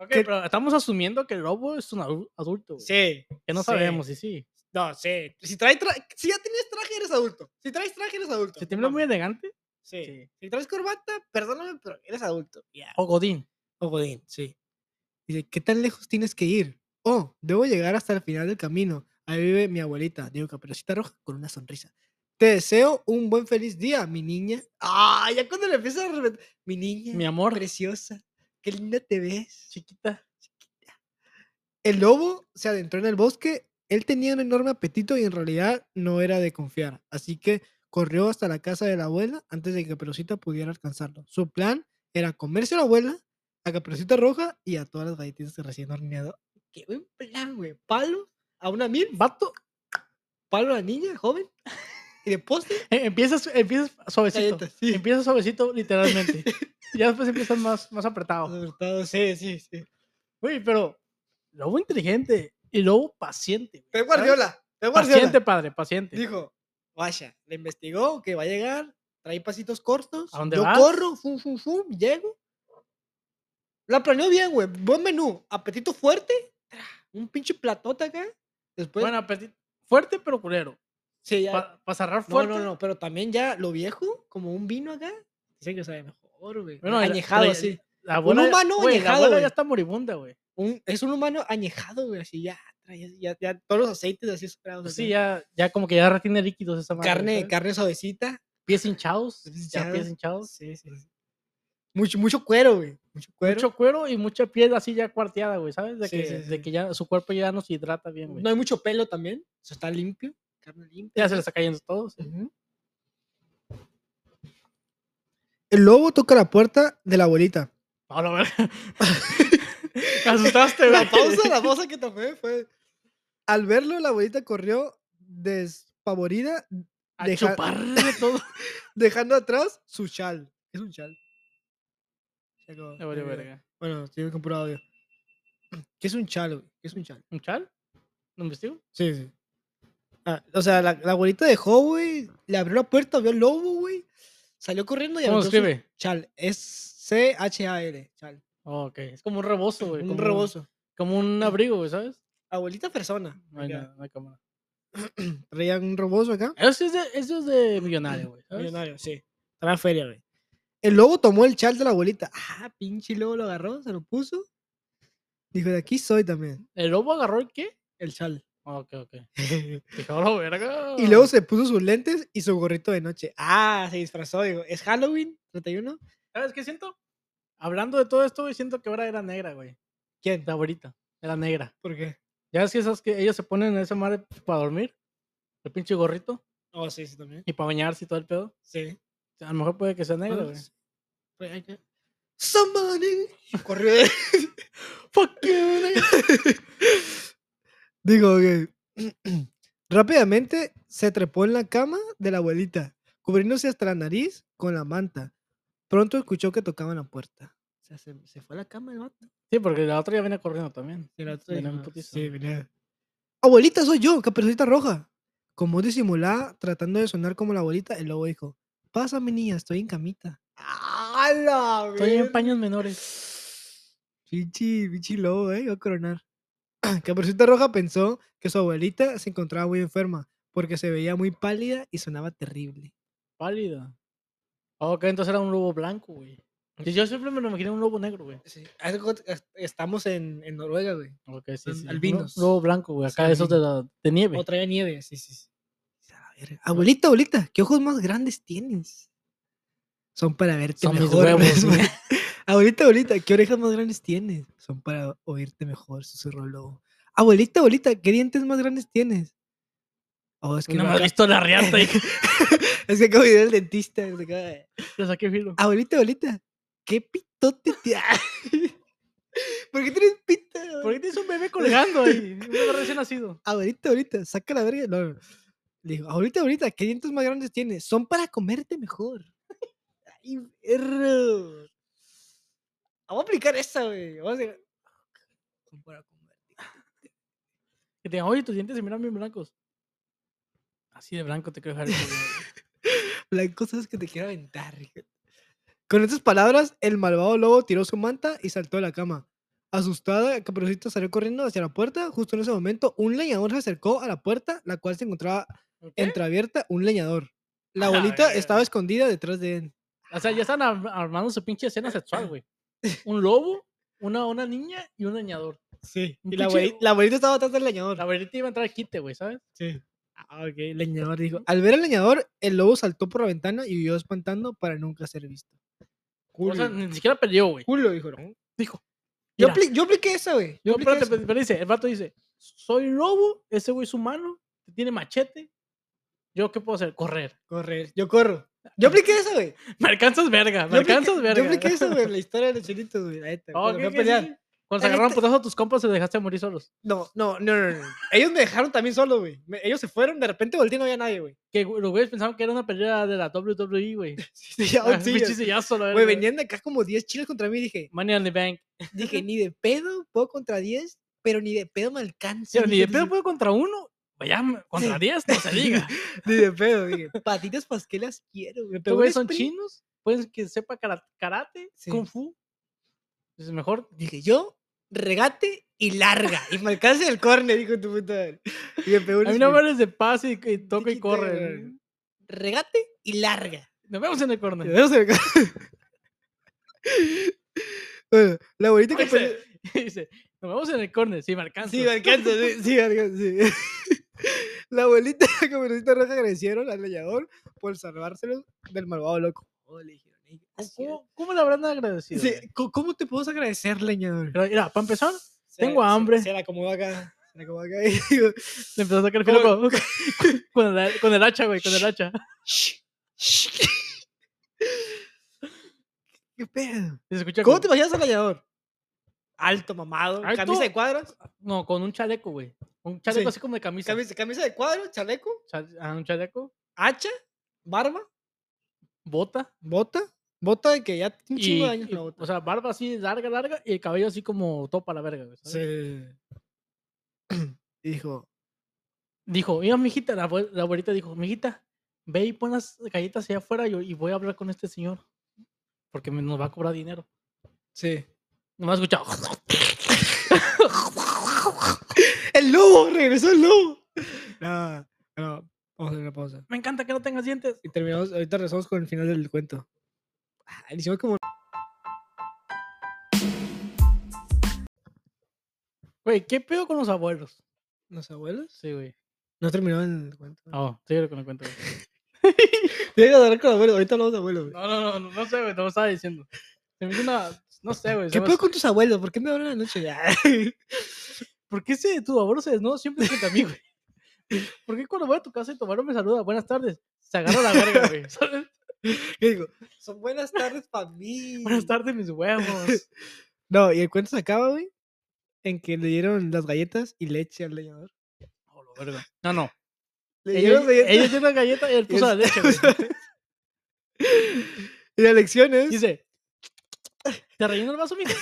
A: Ok,
B: ¿Qué-
A: pero estamos asumiendo que el lobo es un adu- adulto. güey,
B: Sí.
A: que no
B: sí.
A: sabemos, y sí.
B: No, sí. Si, trae tra- si ya tienes traje, eres adulto. Si traes traje, eres adulto.
A: Se
B: no
A: te mira muy
B: mames.
A: elegante.
B: Sí.
A: sí.
B: Si traes corbata, perdóname, pero eres adulto. Ya.
A: O Godín.
B: O Godín, sí. Dice, ¿qué tan lejos tienes que ir? Oh, debo llegar hasta el final del camino. Ahí vive mi abuelita, digo Caperucita Roja, con una sonrisa. Te deseo un buen feliz día, mi niña. Ah, ya cuando le empiezas a repetir. Mi niña.
A: Mi amor.
B: Preciosa. Qué linda te ves.
A: Chiquita.
B: El lobo se adentró en el bosque. Él tenía un enorme apetito y en realidad no era de confiar. Así que corrió hasta la casa de la abuela antes de que Caperucita pudiera alcanzarlo. Su plan era comerse a la abuela, a Caperucita Roja y a todas las galletitas que recién horneado. ¡Qué buen plan, güey! Palo a una mil, vato, palo a la niña, joven, y de postre,
A: Eh, empiezas, empiezas suavecito.
B: galletas. Sí.
A: Empiezas suavecito, literalmente. ya después empiezas más, más apretado.
B: Acertado, sí, sí, sí.
A: Güey, pero lobo inteligente y lobo paciente. güey, ¿sabes?
B: Pep Guardiola, Pep Guardiola.
A: Paciente, padre, paciente.
B: Dijo, vaya, le investigó que va a llegar, trae pasitos cortos.
A: ¿A dónde
B: yo
A: vas?
B: corro, fum, fum, fum, llego. La planeó bien, güey. Buen menú, apetito fuerte, tra, un pinche platota acá. Después,
A: bueno, apetito. Fuerte, pero culero.
B: sí, pues. ya-
A: Para cerrar
B: no,
A: fuerte.
B: no, no, pero también ya lo viejo, como un vino acá. Dice que sabe mejor, güey.
A: Bueno, y la-
B: añejado,
A: traía-
B: así.
A: La abuela,
B: humano
A: güey, la
B: añejado,
A: abuela
B: güey.
A: ya está moribunda, güey.
B: Un- es un humano añejado, güey, así ya, traía- ya, ya todos los aceites así superados.
A: Pues sí, ya, ya como que ya retiene líquidos esa madre.
B: Carne,
A: ¿sabes?
B: carne suavecita.
A: Pies hinchados.
B: Pies
A: Ya pies hinchados.
B: hinchados. Sí, sí, sí. Mucho, mucho cuero, güey. Mucho cuero.
A: Mucho cuero y mucha piel así ya cuarteada, güey, ¿sabes? De,
B: Sí,
A: que,
B: sí,
A: de
B: sí.
A: que ya su cuerpo ya no se hidrata bien, güey.
B: No hay mucho pelo también. Eso está limpio. Carne limpia.
A: Ya se le está cayendo todo. sí.
B: El lobo toca la puerta de la abuelita.
A: No, la verga. Me asustaste, güey.
B: La pausa, la pausa que tomé fue. Al verlo, la abuelita corrió despavorida,
A: A
B: deja-
A: chuparle todo.
B: dejando atrás su chal. Es un chal. Se acabó,
A: Me valió
B: ya, ya.
A: verga.
B: Bueno, estoy con puro audio. ¿Qué es un chal, güey? ¿Qué es un chal?
A: ¿Un chal? ¿Lo investigo?
B: Sí, sí. Ah, o sea, la, la abuelita dejó, güey. Le abrió la puerta, vio el lobo, güey. Salió corriendo y
A: ¿Cómo se
B: abrió su-
A: escribe?
B: Chal. Es C-H-A-L. Chal.
A: Oh, ok. Es como un rebozo, güey.
B: Un
A: como
B: rebozo.
A: Como un abrigo, güey, ¿sabes?
B: Abuelita persona.
A: No hay
B: acá.
A: nada, no hay cámara.
B: Traían un rebozo acá.
A: Eso sí es de, eso es de millonario, güey. ¿sabes?
B: Millonario, sí. Traen feria, güey. El lobo tomó el chal de la abuelita. Ah, pinche lobo lo agarró, se lo puso. Dijo, de aquí soy también.
A: ¿El lobo agarró el qué? Ah,
B: El chal.
A: Ok, ok. Dije, "A la verga".
B: Y luego se puso sus lentes y su gorrito de noche. Ah, se disfrazó. Digo, ¿es Halloween 31?
A: ¿Sabes qué siento? Hablando de todo esto, güey, siento que ahora era negra, güey.
B: ¿Quién?
A: La abuelita. Era negra.
B: ¿Por qué?
A: Ya ves que esas que ellos se ponen en esa madre para dormir. El pinche gorrito.
B: Oh, sí, sí, también.
A: Y para bañarse y todo el pedo.
B: Sí.
A: A lo mejor puede que sea negra,
B: Ah,
A: güey.
B: sí. Pues, Somebody. Corrió de-
A: Fuck you, nigga.
B: Digo, que rápidamente se trepó en la cama de la abuelita, cubriéndose hasta la nariz con la manta. Pronto escuchó que tocaban la puerta. O sea, se, se fue a la cama el vato.
A: Sí, porque la otra ya viene corriendo también.
B: Y la otra
A: Venía
B: dijo,
A: en putiza.
B: "Sí, venía". Abuelita, soy yo, caperucita roja. Con voz disimulada, tratando de sonar como la abuelita, el lobo dijo: Pásame, niña, estoy en camita. ¡Hala!
A: Estoy en paños menores.
B: Pinche, pinche lobo, eh, iba a coronar. Caperucita Roja pensó que su abuelita se encontraba muy enferma porque se veía muy pálida y sonaba terrible.
A: Pálida. Ok, entonces era un lobo blanco, güey. Yo- Yo siempre me lo imaginé un lobo negro, güey.
B: Estamos en, en Noruega, güey.
A: Ok, sí,
B: Son
A: sí. uno-
B: albinos.
A: Un lobo blanco, güey.
B: Sí,
A: Acá esos de, la- de nieve.
B: O traía nieve, sí, sí. sí. A la verga. Abuelita, abuelita, ¿qué ojos más grandes tienes? Son para verte
A: Son mis
B: mejor.
A: huevos, güey.
B: abuelita, abuelita, ¿qué orejas más grandes tienes? Son para oírte mejor, susurró el lobo. Abuelita, abuelita, ¿qué dientes más grandes tienes? Oh, es que
A: Una
B: no
A: madre
B: acá-
A: visto la reata y
B: Es que acabo de ir al dentista. se acaba de-
A: le saqué filo.
B: Abuelita, abuelita, ¿qué pitote te ¿Por qué tienes pita?
A: ¿Por qué tienes un bebé colgando ahí? Un bebé recién nacido.
B: Abuelita, abuelita, saca la verga. No, no. Le digo, abuelita, abuelita, ¿qué dientes más grandes tienes? Son para comerte mejor. Ay, perro. Vamos a aplicar esa, güey. Vamos a hacer- Son para comerte.
A: Que te digan, oye, tus dientes se miran bien blancos. Así de blanco te creo, Harry. Potter, güey.
B: Blanco, sabes que te quiero aventar. hijo". Con estas palabras, el malvado lobo tiró su manta y saltó de la cama. Asustada, Caperucita salió corriendo hacia la puerta. Justo en ese momento, un leñador se acercó a la puerta, la cual se encontraba
A: ¿Por qué?
B: entreabierta un leñador. La
A: ¿Eh? A la
B: abuelita
A: verga.
B: estaba escondida detrás de él.
A: O sea, ya están ar- armando su pinche escena sexual, güey. Un lobo, una, una niña y un leñador.
B: Sí.
A: un
B: Y la,
A: pinche-
B: abueli- la abuelita estaba detrás del leñador.
A: La verdad iba a entrar a quite, güey, ¿sabes?
B: Sí. Ah, ok. El leñador dijo. Al ver al leñador, el lobo saltó por la ventana y huyó espantando para nunca ser visto.
A: O sea, ni siquiera peleó, güey.
B: Culo, dijo. ¿no?
A: Dijo.
B: Yo,
A: "Mira,
B: apli- yo apliqué esa, güey.
A: No,
B: Yo apliqué
A: espérate,
B: esa.
A: pero, pero dice, el vato dice, soy lobo, ese güey es humano, tiene machete, yo qué puedo hacer, correr.
B: Correr. Yo corro. Yo apliqué esa, güey.
A: Me alcanzas verga, me
B: Yo apliqué-
A: alcanzas verga.
B: Yo apliqué esa, güey. en La historia de los chinitos, güey. la neta,
A: Oh,
B: cuando
A: ¿qué-
B: fui a
A: qué-
B: pelear.
A: sí? Cuando se
B: La
A: agarraron
B: neta-
A: putazo a tus compas, se dejaste morir solos.
B: No, no, no, no, no, no. Ellos me dejaron también solo, güey. Me- Ellos se fueron, de repente volteé y no había nadie, güey.
A: Que güey, los güeyes pensaban que era una pelea de la WWE, güey.
B: Sí, sí,
A: Ah,
B: ya, Oh, sí,
A: pinche
B: ya.
A: sillazo, la
B: Güey,
A: verga.
B: venían de acá como 10 chiles contra mí y dije,
A: Money on the Bank.
B: dije, ni de pedo puedo contra 10, pero ni de pedo me alcanza.
A: Pero ni de
B: dije,
A: pedo puedo contra uno, vaya, m- contra
B: Sí.
A: diez, no se diga.
B: Ni de pedo, dije. Patitas pasquelas quiero, güey.
A: Estos
B: Pero
A: güeyes Este son chinos, pueden que sepa kara- karate,
B: Sí.
A: kung fu. Es mejor.
B: Dije, yo, regate y larga. Y me alcanza el corner, dijo tu puta. madre. Y me pegó un
A: A mí no me
B: sprint.
A: hables de paz y, y toca y
B: Dijiste,
A: corre.
B: güey. Regate y larga.
A: Nos vemos en el corner.
B: Te veo cerca. Bueno, la abuelita que
A: Dice,
B: peleó-
A: dice, nos vemos en el corner, si me alcanzas.
B: Sí, me alcanza, sí, sí, me alcanza, sí. La abuelita y la caperucita roja agradecieron al leñador por salvárselos del malvado loco. Oh, le dijeron, "Ey,
A: ¿Cómo-
B: así era".
A: ¿Cómo, cómo le habrán agradecido?
B: Sí,
A: güey?
B: "¿Cómo- ¿Cómo te podemos agradecer, leñador?
A: Pero mira, para empezar,
B: Se la-
A: tengo
B: se-
A: hambre.
B: Se, la acomodó acá. Se la acomodó acá y digo,
A: le empezó a sacar filo
B: ¿Cómo-
A: con, con el, con el hacha, güey, con el hacha.
B: "Shh, shh". ¿Qué pedo?
A: Y se escucha
B: ¿Cómo te
A: como-
B: imaginas al leñador? Alto, mamado,
A: Alto.
B: camisa de cuadros.
A: No, con un chaleco, güey. Un chaleco
B: Sí.
A: así como de camisa.
B: Camisa, camisa de cuadro, chaleco,
A: Chal- ah, un chaleco,
B: hacha, barba,
A: bota.
B: bota, bota de que ya tiene un
A: Y,
B: chingo de años
A: y-
B: con la bota.
A: o sea, barba así larga, larga y el cabello así como topa la verga, güey. ¿sabes?
B: Sí. Y dijo,
A: Dijo, mira, mijita, la, abue- la abuelita dijo, mijita, ve y pon las galletas allá afuera y, y voy a hablar con este señor. Porque me- nos va a cobrar dinero.
B: sí.
A: No me has escuchado.
B: ¡El lobo! ¡Regresó el lobo! No, no, vamos a hacer una pausa.
A: Me encanta que no tengas dientes.
B: Y terminamos, ahorita regresamos con el final del cuento. Ah, le hicimos como...
A: Güey, ¿qué pedo con los abuelos?
B: ¿Los abuelos?
A: Sí, güey.
B: No terminaban el cuento. güey.
A: Oh, síguelo con el cuento, güey.
B: Tienes que hablar con los abuelos. Ahorita hablamos de abuelos, güey.
A: No, no, no, no, no sé, güey, te lo estaba diciendo. Se me hizo una. No sé, güey. se
B: ¿Qué
A: me
B: pedo
A: hace-
B: con tus abuelos? ¿Por qué me hablan anoche?
A: ¿Por qué ese, tu abuelo se desnuda siempre frente a mí, güey? ¿Por qué cuando voy a tu casa y tu abuelo me saluda, buenas tardes? Se agarra la verga, güey. ¿sabes?
B: Yo digo, son buenas tardes para mí.
A: Buenas tardes, mis huevos.
B: No, y el cuento se acaba, güey, en que le dieron las galletas y leche al leñador.
A: Oh, la verga. No, no.
B: Le
A: Ellos
B: dieron galletas
A: ellos tienen la galleta y él puso la
B: él
A: leche, güey.
B: y la lección es,
A: Dice, ¿te relleno el vaso, mija?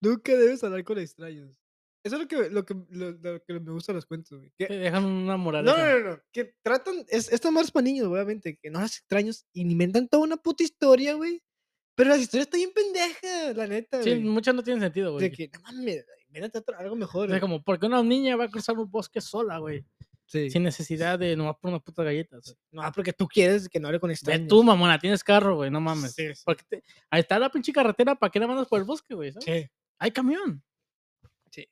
B: nunca debes hablar con extraños. Eso es lo que, lo que, lo, lo que me gusta de los cuentos, güey.
A: Te
B: que-
A: dejan una
B: No,
A: moral.
B: no, no, no, que tratan, es, estas más para niños, obviamente, que no las extraños, y inventan toda una puta historia, güey. Pero las historias están bien pendejas, la neta,
A: Sí,
B: güey.
A: muchas no tienen sentido, güey.
B: de que, no mames, invéntate otra- algo mejor.
A: O sea,
B: güey".
A: como, ¿por qué una niña va a cruzar un bosque sola, güey?
B: Sí.
A: Sin necesidad de nomás por unas putas galletas.
B: No, porque tú quieres que no hable con
A: Ve
B: extraños.
A: tú, mamona, tienes carro, güey, no mames.
B: Sí, sí.
A: Porque te- Ahí está la pinche carretera, ¿para qué la mandas por el bosque, güey? sabes?
B: Sí.
A: Hay camión.
B: Sí.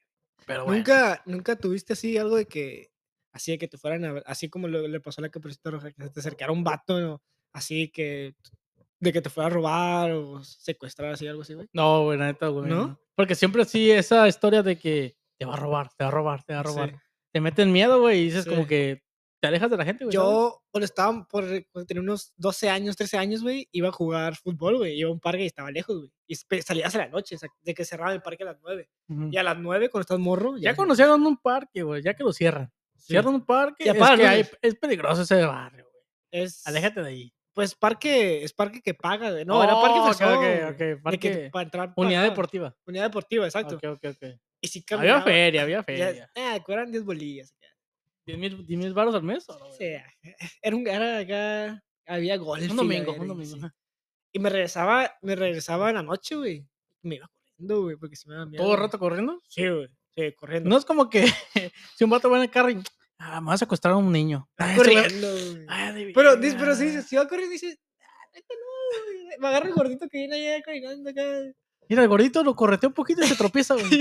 A: Pero Ah, bueno.
B: ¿Nunca, nunca tuviste así algo de que, así de que te fueran a ver- así como lo- le pasó a la Caperucita Roja, que se te acercara un vato, ¿no? así que, de que te fuera a robar o secuestrar, así, algo así, güey?
A: No, güey, la neta, güey.
B: ¿No?
A: ¿No? Porque siempre sí, esa historia de que te va a robar, te va a robar, te va a robar.
B: Sí.
A: Te meten miedo, güey, y dices
B: Sí.
A: como que te alejas de la gente, güey. ¿sabes?
B: Yo, cuando estaba por, cuando tenía unos 12 años, 13 años, güey, iba a jugar fútbol, güey, iba a un parque y estaba lejos, güey. Y espe- salías a la noche, o sea, de que cerraba el parque a las 9.
A: Ujú.
B: Y a las 9, cuando estás morro,
A: Mm. Ya
B: se-
A: conocieron un parque, güey, ya que lo cierran.
B: sí.
A: Cierran un parque,
B: Y
A: es,
B: apagan
A: que hay-
B: luces.
A: es peligroso ese barrio, güey.
B: Es,
A: Aléjate de ahí.
B: Pues parque, es parque que paga, güey. No, era parque
A: Oh, ok,
B: fresón,
A: ok,
B: güey,
A: ok,
B: de que
A: parque-
B: para entrar
A: Unidad
B: pagabas.
A: deportiva.
B: Unidad deportiva, exacto.
A: Ok, Ah, ok, ok.
B: Y si
A: Había
B: caminaba,
A: feria, había
B: ya-
A: feria.
B: Ah, que eran 10 bolillas. acá.
A: ¿10 mil, diez mil baros al mes? o no,
B: O
A: güey?
B: sea, era un era acá, había golf. y la
A: Un domingo, un
B: verga, y
A: domingo.
B: sí.
A: ajá.
B: Y me regresaba, me regresaba en la noche, güey. Me iba corriendo, güey, porque si me daba miedo.
A: ¿Todo el
B: güey.
A: rato corriendo?
B: Sí, güey. Sí, corriendo.
A: No es como que si un vato va en el carro y ah, me vas a secuestrar a un niño. Ah, ese güey-
B: corriendo, güey.
A: ah, de
B: Pero, dis- pero sí,
A: veras.
B: si va corriendo, dice, "Ah, neta, no, güey". Me agarra el gordito que viene allá caminando acá.
A: Mira, el gordito lo correteó un poquito y se tropieza, güey.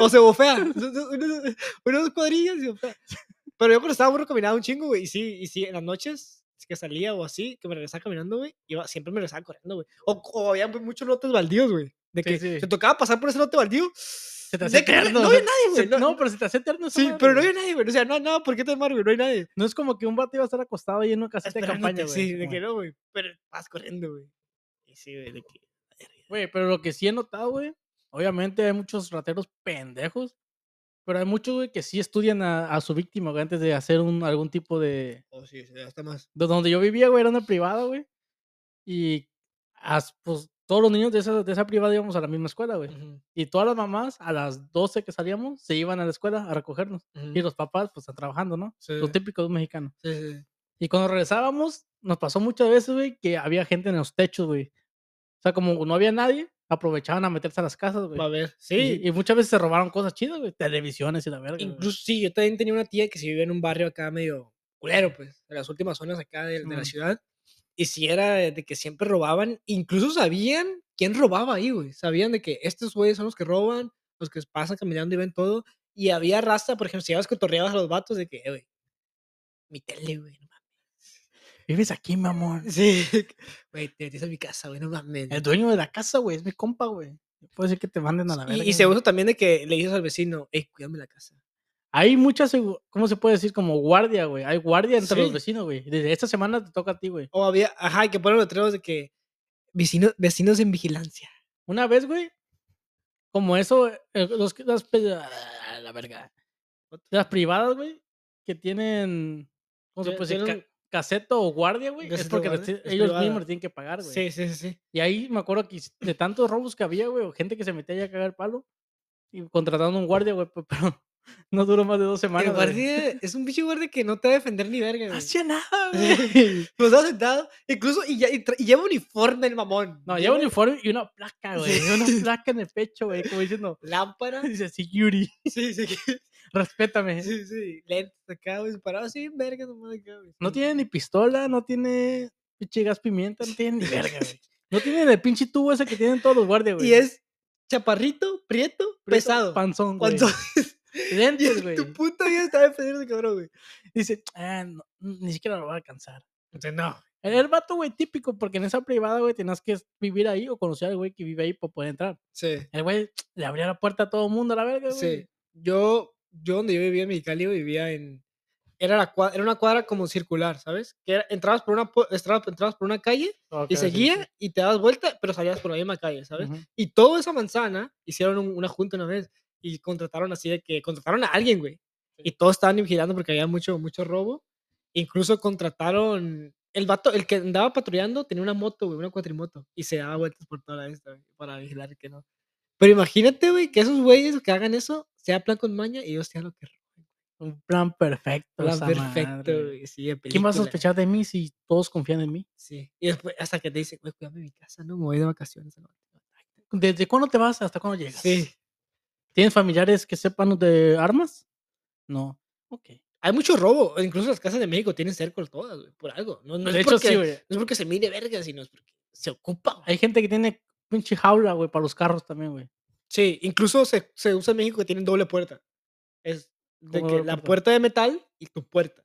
B: O se bofea. Unos, unos- unos cuadrillos y bofea. Pero yo cuando estaba burro caminaba un chingo, güey. Y sí, y sí, en las noches que salía o así, que me regresaba caminando, güey, iba, siempre me regresaba corriendo, güey. O, o había mu- muchos lotes baldíos, güey. De
A: Sí,
B: que
A: sí.
B: se tocaba pasar por ese lote baldío. Se
A: te hacía eterno,
B: No
A: o sea,
B: había nadie,
A: Se-
B: güey.
A: no,
B: No,
A: pero se te hace eterno esa
B: sí,
A: madre,
B: pero no
A: güey.
B: había nadie, güey. O sea, no, no, ¿por qué te amar, güey? No hay nadie.
A: No es como que un vato iba a estar acostado ahí en una casita de
B: Esperándote,
A: campaña, güey.
B: Sí, de
A: Simón.
B: que no, güey. Pero vas corriendo, güey. Y sí, güey, de que.
A: Güey, pero lo que sí he notado, güey, obviamente hay muchos rateros pendejos, pero hay muchos, güey, que sí estudian a, a su víctima, güey, antes de hacer un, algún tipo de,
B: Oh, sí, sí, hasta más.
A: do- donde yo vivía, güey, era una privada, güey. Y as- pues, todos los niños de esa, de esa privada íbamos a la misma escuela, güey. Y todas las mamás, a las 12 que salíamos, se iban a la escuela a recogernos. Y los papás, pues, están trabajando, ¿no?
B: Sí,
A: Lo típico de un mexicano.
B: sí, sí.
A: Y cuando regresábamos, nos pasó muchas veces, güey, que había gente en los techos, güey. O sea, como no había nadie, aprovechaban a meterse a las casas, güey.
B: Va a ver. Sí.
A: Y, y muchas veces se robaron cosas chidas, güey. Televisiones y la verga. güey.
B: Incluso sí, yo también tenía una tía que se vivía en un barrio acá medio culero, pues, de las últimas zonas acá de, de la
A: Simón.
B: ciudad. Y si era de de que siempre robaban, incluso sabían quién robaba ahí, güey. Sabían de que estos güeyes son los que roban, los que pasan caminando y ven todo. Y había raza, por ejemplo, si ibas cotorreabas a los vatos de que, "Eh, güey, mi tele, güey, no
A: Vives aquí, mamón.
B: mames. Sí, güey, te metiste a mi casa, güey, no mames.
A: El dueño de la casa, güey, es mi compa, güey. Puede ser que te manden a la
B: Y,
A: verga.
B: y se
A: güey.
B: usa también de que le dices al vecino, hey, cuídame la casa.
A: Hay muchas, segu- ¿cómo se puede decir? Como guardia, güey. Hay guardia entre
B: Sí.
A: los vecinos, güey. Desde esta semana te toca a ti, güey.
B: O había, ajá, y que ponen letreros de que vecinos, vecinos en vigilancia.
A: Una vez, güey, como eso, eh, los, que- las, pe- ah, la verga. Las privadas, güey, que tienen, ¿cómo se
B: Tie-
A: puede decir?
B: tienen-
A: Ca- caseto o guardia, güey. Es
B: Caseta o
A: porque las
B: guardia,
A: tie-
B: es
A: ellos
B: privada.
A: mismos le tienen que pagar, güey.
B: Sí, sí, sí, sí.
A: Y ahí me acuerdo que de tantos robos que había, güey, o gente que se metía ya a cagar palo y contratando un guardia, güey, pe- pero no duró más de dos semanas.
B: El
A: güey.
B: guardia es un bicho guardia que no te va a defender ni verga,
A: No
B: güey.
A: hacía nada, güey.
B: Sí, Ah, Pues estaba sentado, incluso, y, ya- y tra- y lleva uniforme el mamón.
A: No, lleva uniforme y una placa, güey. y Una
B: Sí.
A: placa en el pecho, güey, como diciendo,
B: Lámpara.
A: dice, security,
B: Sí, sí, que-
A: respétame.
B: sí, sí. Lentes acá, güey, parado así, verga, nomás acá, güey.
A: No tiene ni pistola, no tiene pinche gas pimienta, no tiene ni verga, güey. No tiene el pinche tubo ese que tienen todos los guardias, güey.
B: Y es chaparrito, prieto,
A: Prieto,
B: pesado.
A: Panzón, güey.
B: Panzón.
A: Lentes, güey.
B: Tu puta vida está defendiendo ese cabrón, güey.
A: Dice, ah, no, ni siquiera lo va a alcanzar.
B: Entonces, no.
A: El, el vato, güey, típico, porque en esa privada, güey, tenías que vivir ahí o conocer al güey que vive ahí para poder entrar.
B: Sí,
A: El güey le abría la puerta a todo mundo, a la verga, güey.
B: sí. Yo, yo donde yo vivía en Mexicali, güey, vivía en... Era, la cuadra, era una cuadra como circular, ¿sabes? Que era- entrabas, por una, pu- entrabas, entrabas por una calle
A: Ok,
B: y
A: sí, sí,
B: seguía
A: sí.
B: y te dabas vuelta, pero salías por la misma calle, ¿sabes?
A: Ujú.
B: Y toda esa manzana hicieron un- una junta una vez y contrataron así de que contrataron a alguien, güey. Y todos estaban vigilando porque había mucho, mucho robo. Incluso contrataron. El vato, el que andaba patrullando, tenía una moto, güey, una cuatrimoto. Y se daba vueltas por toda la esta, güey, para vigilar que no. Pero imagínate, güey, que esos güeyes que hagan eso, sea plan con maña y ellos sean lo que
A: Un plan perfecto.
B: roban.
A: esa
B: perfecto,
A: madre.
B: güey. Sí,
A: ¿Quién va
B: de
A: a
B: película,
A: sospechar de mí si todos confían en mí?
B: Sí. Y después, hasta que te dicen, güey, cuídame mi casa, no me voy de vacaciones. ¿no?
A: ¿Desde cuándo te vas hasta cuándo llegas?
B: Sí.
A: ¿Tienes familiares que sepan de armas? No. Ok.
B: Hay mucho robo. Incluso las casas de México tienen cerco todas, güey, por algo. No, no
A: de
B: es
A: hecho,
B: porque,
A: sí, güey.
B: No es porque se mire verga, sino es porque se ocupa. güey.
A: Hay gente que tiene pinche jaula, güey, para los carros también, güey.
B: Sí, incluso se, se usa en México que tienen doble puerta. Es de
A: ¿Cómo
B: que
A: doble
B: la
A: puerta?
B: puerta de metal y tu puerta.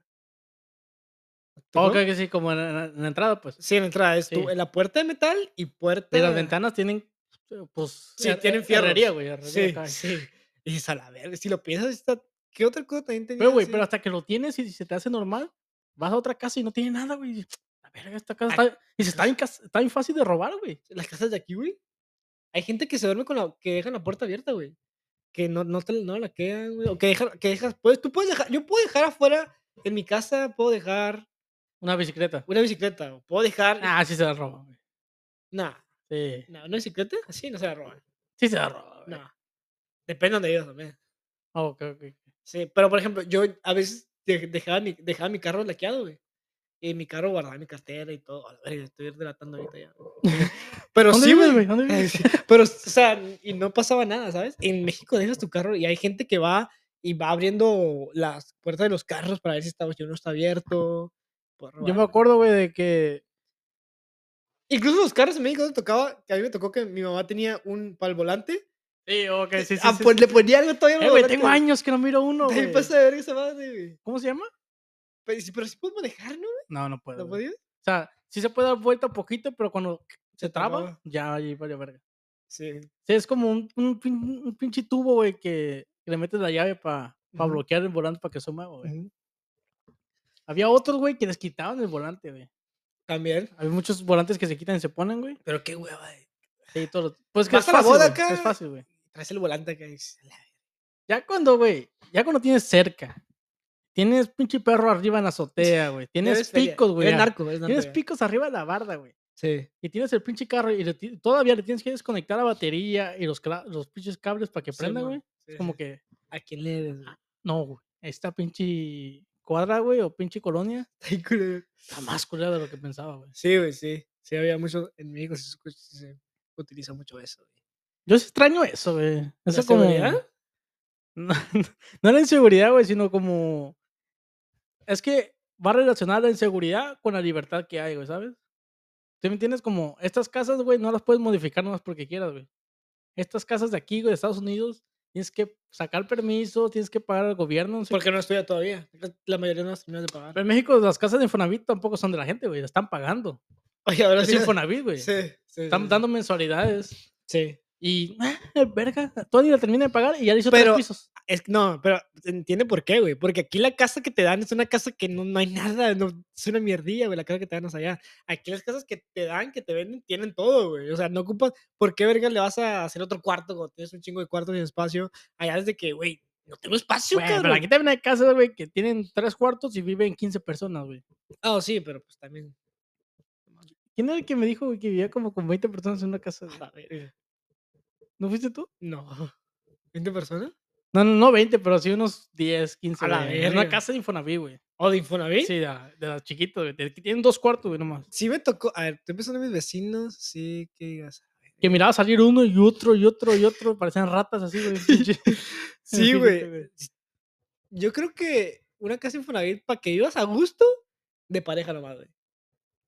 B: ¿Tú
A: Ok,
B: no?
A: Oh, que sí, como en, en- en la entrada, pues.
B: Sí, en la entrada es tu-
A: Sí.
B: la puerta de metal y puerta.
A: Y las ventanas tienen, eh, pues.
B: Sí,
A: her-
B: tienen
A: her- herrería,
B: fierros.
A: güey. herrería
B: Sí,
A: acá.
B: sí. Y dices, a la verga, si lo piensas, está... ¿qué otra cosa también tenía?
A: Pero, güey,
B: así?
A: pero hasta que lo tienes y se te hace normal, vas a otra casa y no tiene nada, güey. y dices, La verga, esta casa
B: Ay.
A: está. Y se está bien, cas- está bien fácil de robar, güey.
B: las casas de aquí, güey. Hay gente que se duerme con la. que dejan la puerta abierta, güey. Que no, no te no la quedan, güey. O que dejan, que dejas. Pues, tú puedes dejar. Yo puedo dejar afuera. En mi casa puedo dejar
A: Una bicicleta.
B: una bicicleta. o Puedo dejar.
A: Ah, sí se la roban, güey.
B: Nah,
A: Sí.
B: nah, una bicicleta así no se la roban.
A: Sí se la roban, güey.
B: Nah. Depende de donde vivas también.
A: Ah, ok, ok.
B: Sí, pero por ejemplo, yo a veces de- dejaba mi, dejaba mi carro laqueado, güey. Y mi carro guardaba mi cartera y todo. A la verga, estoy relatando ahorita ya. Pero
A: ¿Dónde
B: sí,
A: vives, güey?
B: güey.
A: ¿Dónde vives?
B: Sí, Pero, o sea, y no pasaba nada, ¿sabes? En México dejas tu carro y hay gente que va y va abriendo las puertas de los carros para ver si está, si uno está abierto. puede
A: Yo me
B: robar.
A: acuerdo, güey, de que.
B: Incluso los carros en México te tocaba, que a mí me tocó que mi mamá tenía un para el volante.
A: Sí, ok, sí, sí.
B: ah,
A: sí,
B: pues
A: sí.
B: le ponía algo todavía.
A: Eh, güey, tengo años que no miro uno,
B: No,
A: güey.
B: pasa de verga esa madre, güey.
A: ¿Cómo se llama?
B: Pero, sí- pero sí puedes manejar, ¿no?
A: No, no puedo.
B: ¿No
A: güey.
B: podías?
A: O sea, sí se puede dar vuelta poquito, pero cuando se
B: te
A: traba,
B: acaba.
A: ya ahí valió verga.
B: Sí.
A: Sí, es como un, un, pin- un pinche tubo, güey, que que le metes la llave para
B: Ujú.
A: bloquear el volante para que sume, güey.
B: Ujú.
A: Había otros, güey, que les quitaban el volante, güey.
B: También.
A: Hay muchos volantes que se quitan y se ponen, güey.
B: Pero qué hueva, eh, güey.
A: Sí, todo. Pues que
B: Vas
A: es
B: a la
A: fácil,
B: boda
A: güey,
B: acá.
A: Es fácil, güey.
B: Traes el volante acá. y dices, "La
A: Ya cuando, güey, ya cuando tienes cerca, tienes pinche perro arriba en la azotea, güey. Tienes
B: eres feria,
A: picos, güey.
B: Eres
A: a-
B: narco, eres narco.
A: Tienes
B: ya".
A: picos arriba de la barda, güey.
B: Sí.
A: Y tienes el pinche carro y le ti- todavía le tienes que desconectar la batería y los, cla- los pinches cables para que prenda,
B: Simón,
A: güey.
B: sí,
A: Es como
B: sí.
A: que,
B: ¿A quién le debes, güey?
A: no, güey. Esta pinche cuadra, güey, o pinche colonia,
B: Ay, culero.
A: está más culera de lo que pensaba, güey.
B: Sí, güey, sí. Sí, había mucho. En México se, escu- se utiliza mucho eso, güey.
A: Yo sí extraño eso, güey. Eso como...
B: seguridad?
A: No, no la inseguridad, güey, sino como... Es que va a relacionar la inseguridad con la libertad que hay, güey, ¿sabes? ¿Tú me entiendes? Como estas casas, güey, no las puedes modificar nomás porque quieras, güey. Estas casas de aquí, güey, de Estados Unidos, tienes que sacar permiso, tienes que pagar al gobierno. No sé
B: Porque no estudia todavía. La- La mayoría no las terminas de
A: Pero
B: pagar.
A: en México las casas de Infonavit tampoco son de la gente, güey. Las están pagando.
B: Oye, ahora
A: Es
B: sí.
A: Infonavit, güey.
B: Sí, sí, sí,
A: Están
B: sí.
A: dando mensualidades.
B: Sí.
A: Y, verga, todavía la termina de pagar y ya le hizo
B: Pero-
A: tres pisos.
B: Es, que- no, pero entiende por qué, güey. Porque aquí la casa que te dan es una casa que no, no hay nada. no- es una mierdilla, güey, la casa que te dan hasta allá. Aquí las casas que te dan, que te venden, tienen todo, güey. O sea, no ocupas. ¿Por qué, verga, le vas a hacer otro cuarto cuando tienes un chingo de cuartos y espacio? Allá desde que, güey, no tengo espacio,
A: Güey,
B: cabrón.
A: pero aquí también hay casas, güey, que tienen tres cuartos y viven 15 personas, güey.
B: Ah, sí, pero pues también.
A: ¿Quién era el que me dijo, güey, que vivía como con 20 personas en una casa? güey?
B: A ver,
A: ¿No fuiste tú?
B: pues, no. ¿20 personas?
A: No, no, no 20, pero sí unos 10, 15.
B: A la
A: güey, En una
B: verga.
A: casa de Infonavit, güey.
B: ¿O de Infonavit?
A: Sí, de, la- de las chiquitas, güey. de- que Tienen dos cuartos, güey, nomás.
B: Sí me tocó, a ver, estoy pensando en mis vecinos, sí, que digas.
A: Que miraba salir uno y otro y otro y otro. Parecían ratas así, güey. pinche-
B: Sí,
A: fíjate,
B: güey.
A: güey.
B: Yo creo que una casa Infonavit para que vivas a gusto de pareja nomás, güey.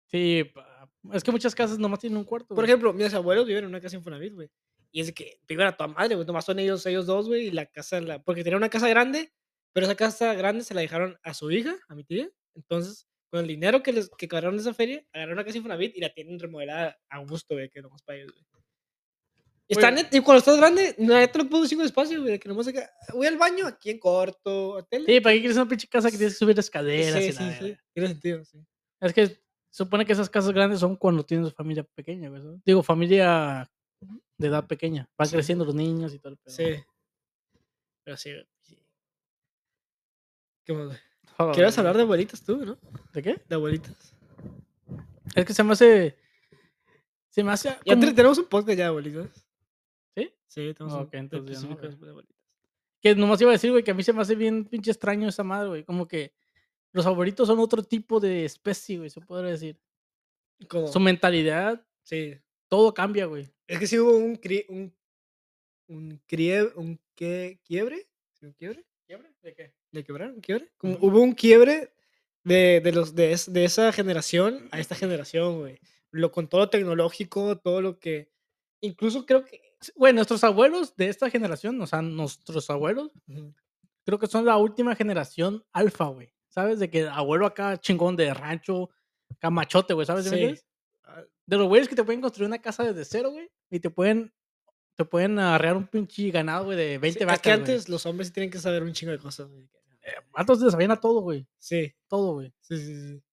A: Sí, pa- es que muchas casas nomás tienen un cuarto.
B: Por
A: güey.
B: ejemplo, mis abuelos viven en una casa Infonavit, güey. Y es de que viven a toda madre, güey. Nomás son ellos, ellos dos, güey. Y la casa, la... porque tenía una casa grande, pero esa casa grande se la dejaron a su hija, a mi tía. Entonces, con el dinero que les que cobraron de esa feria, agarraron una casa Infonavit y la tienen remodelada a gusto, güey, que nomás para ellos, güey. Y está
A: Güey.
B: net- y cuando estás grande, neta lo puedo un chingo de espacio, güey, de que nomás acá, voy al baño, aquí en corto, a tele.
A: Sí, ¿para qué quieres una pinche casa que tienes que subir escaleras? y la
B: sí, sí,
A: verga?
B: sí, tiene sentido, sí.
A: Es que supone que esas casas grandes son cuando tienes familia pequeña, güey, ¿sabes? Digo, familia de edad pequeña. Van
B: Sí.
A: creciendo los niños y todo el pedo.
B: Sí. Pero sí, güey, sí. ¿Qué más, güey?
A: Joder,
B: Querías
A: güey.
B: hablar de abuelitas tú, ¿no?
A: ¿De qué?
B: De abuelitas.
A: Es que se me hace... Se me hace...
B: Ya
A: como-
B: te- tenemos un podcast ya de abuelitas.
A: ¿Sí?
B: Sí, tenemos
A: Ah,
B: un
A: ok, entonces ya no,
B: específico
A: güey.
B: de abuelitas.
A: Que nomás iba a decir, güey, que a mí se me hace bien pinche extraño esa madre, güey. Como que los abuelitos son otro tipo de especie, güey, se podría decir.
B: Como,
A: Su mentalidad,
B: sí.
A: todo cambia, güey.
B: Es que sí hubo un cri- un un crie- un que quiebre, ¿Sí, un quiebre,
A: ¿De qué?
B: le quebraron, quiebre. Como
A: Ujú.
B: hubo un quiebre de, de los de, es- de esa generación a esta generación, güey. Lo con todo lo tecnológico, todo lo que incluso creo que
A: Güey, nuestros abuelos de esta generación, o sea, nuestros abuelos, creo que son la última generación alfa, güey. ¿Sabes? De que abuelo acá chingón de rancho, camachote, güey, ¿sabes? ¿Sí me
B: Sí.
A: entiendes?
B: Ah.
A: De los güeyes que te pueden construir una casa desde cero, güey, y te pueden te pueden arrear un pinche ganado, güey, de 20
B: Sí,
A: vacas,
B: es que
A: güey.
B: antes los hombres sí tienen que saber un chingo de cosas. güey.
A: Antes se sabían a todo, güey.
B: Sí,
A: Todo, güey.
B: sí, sí, sí.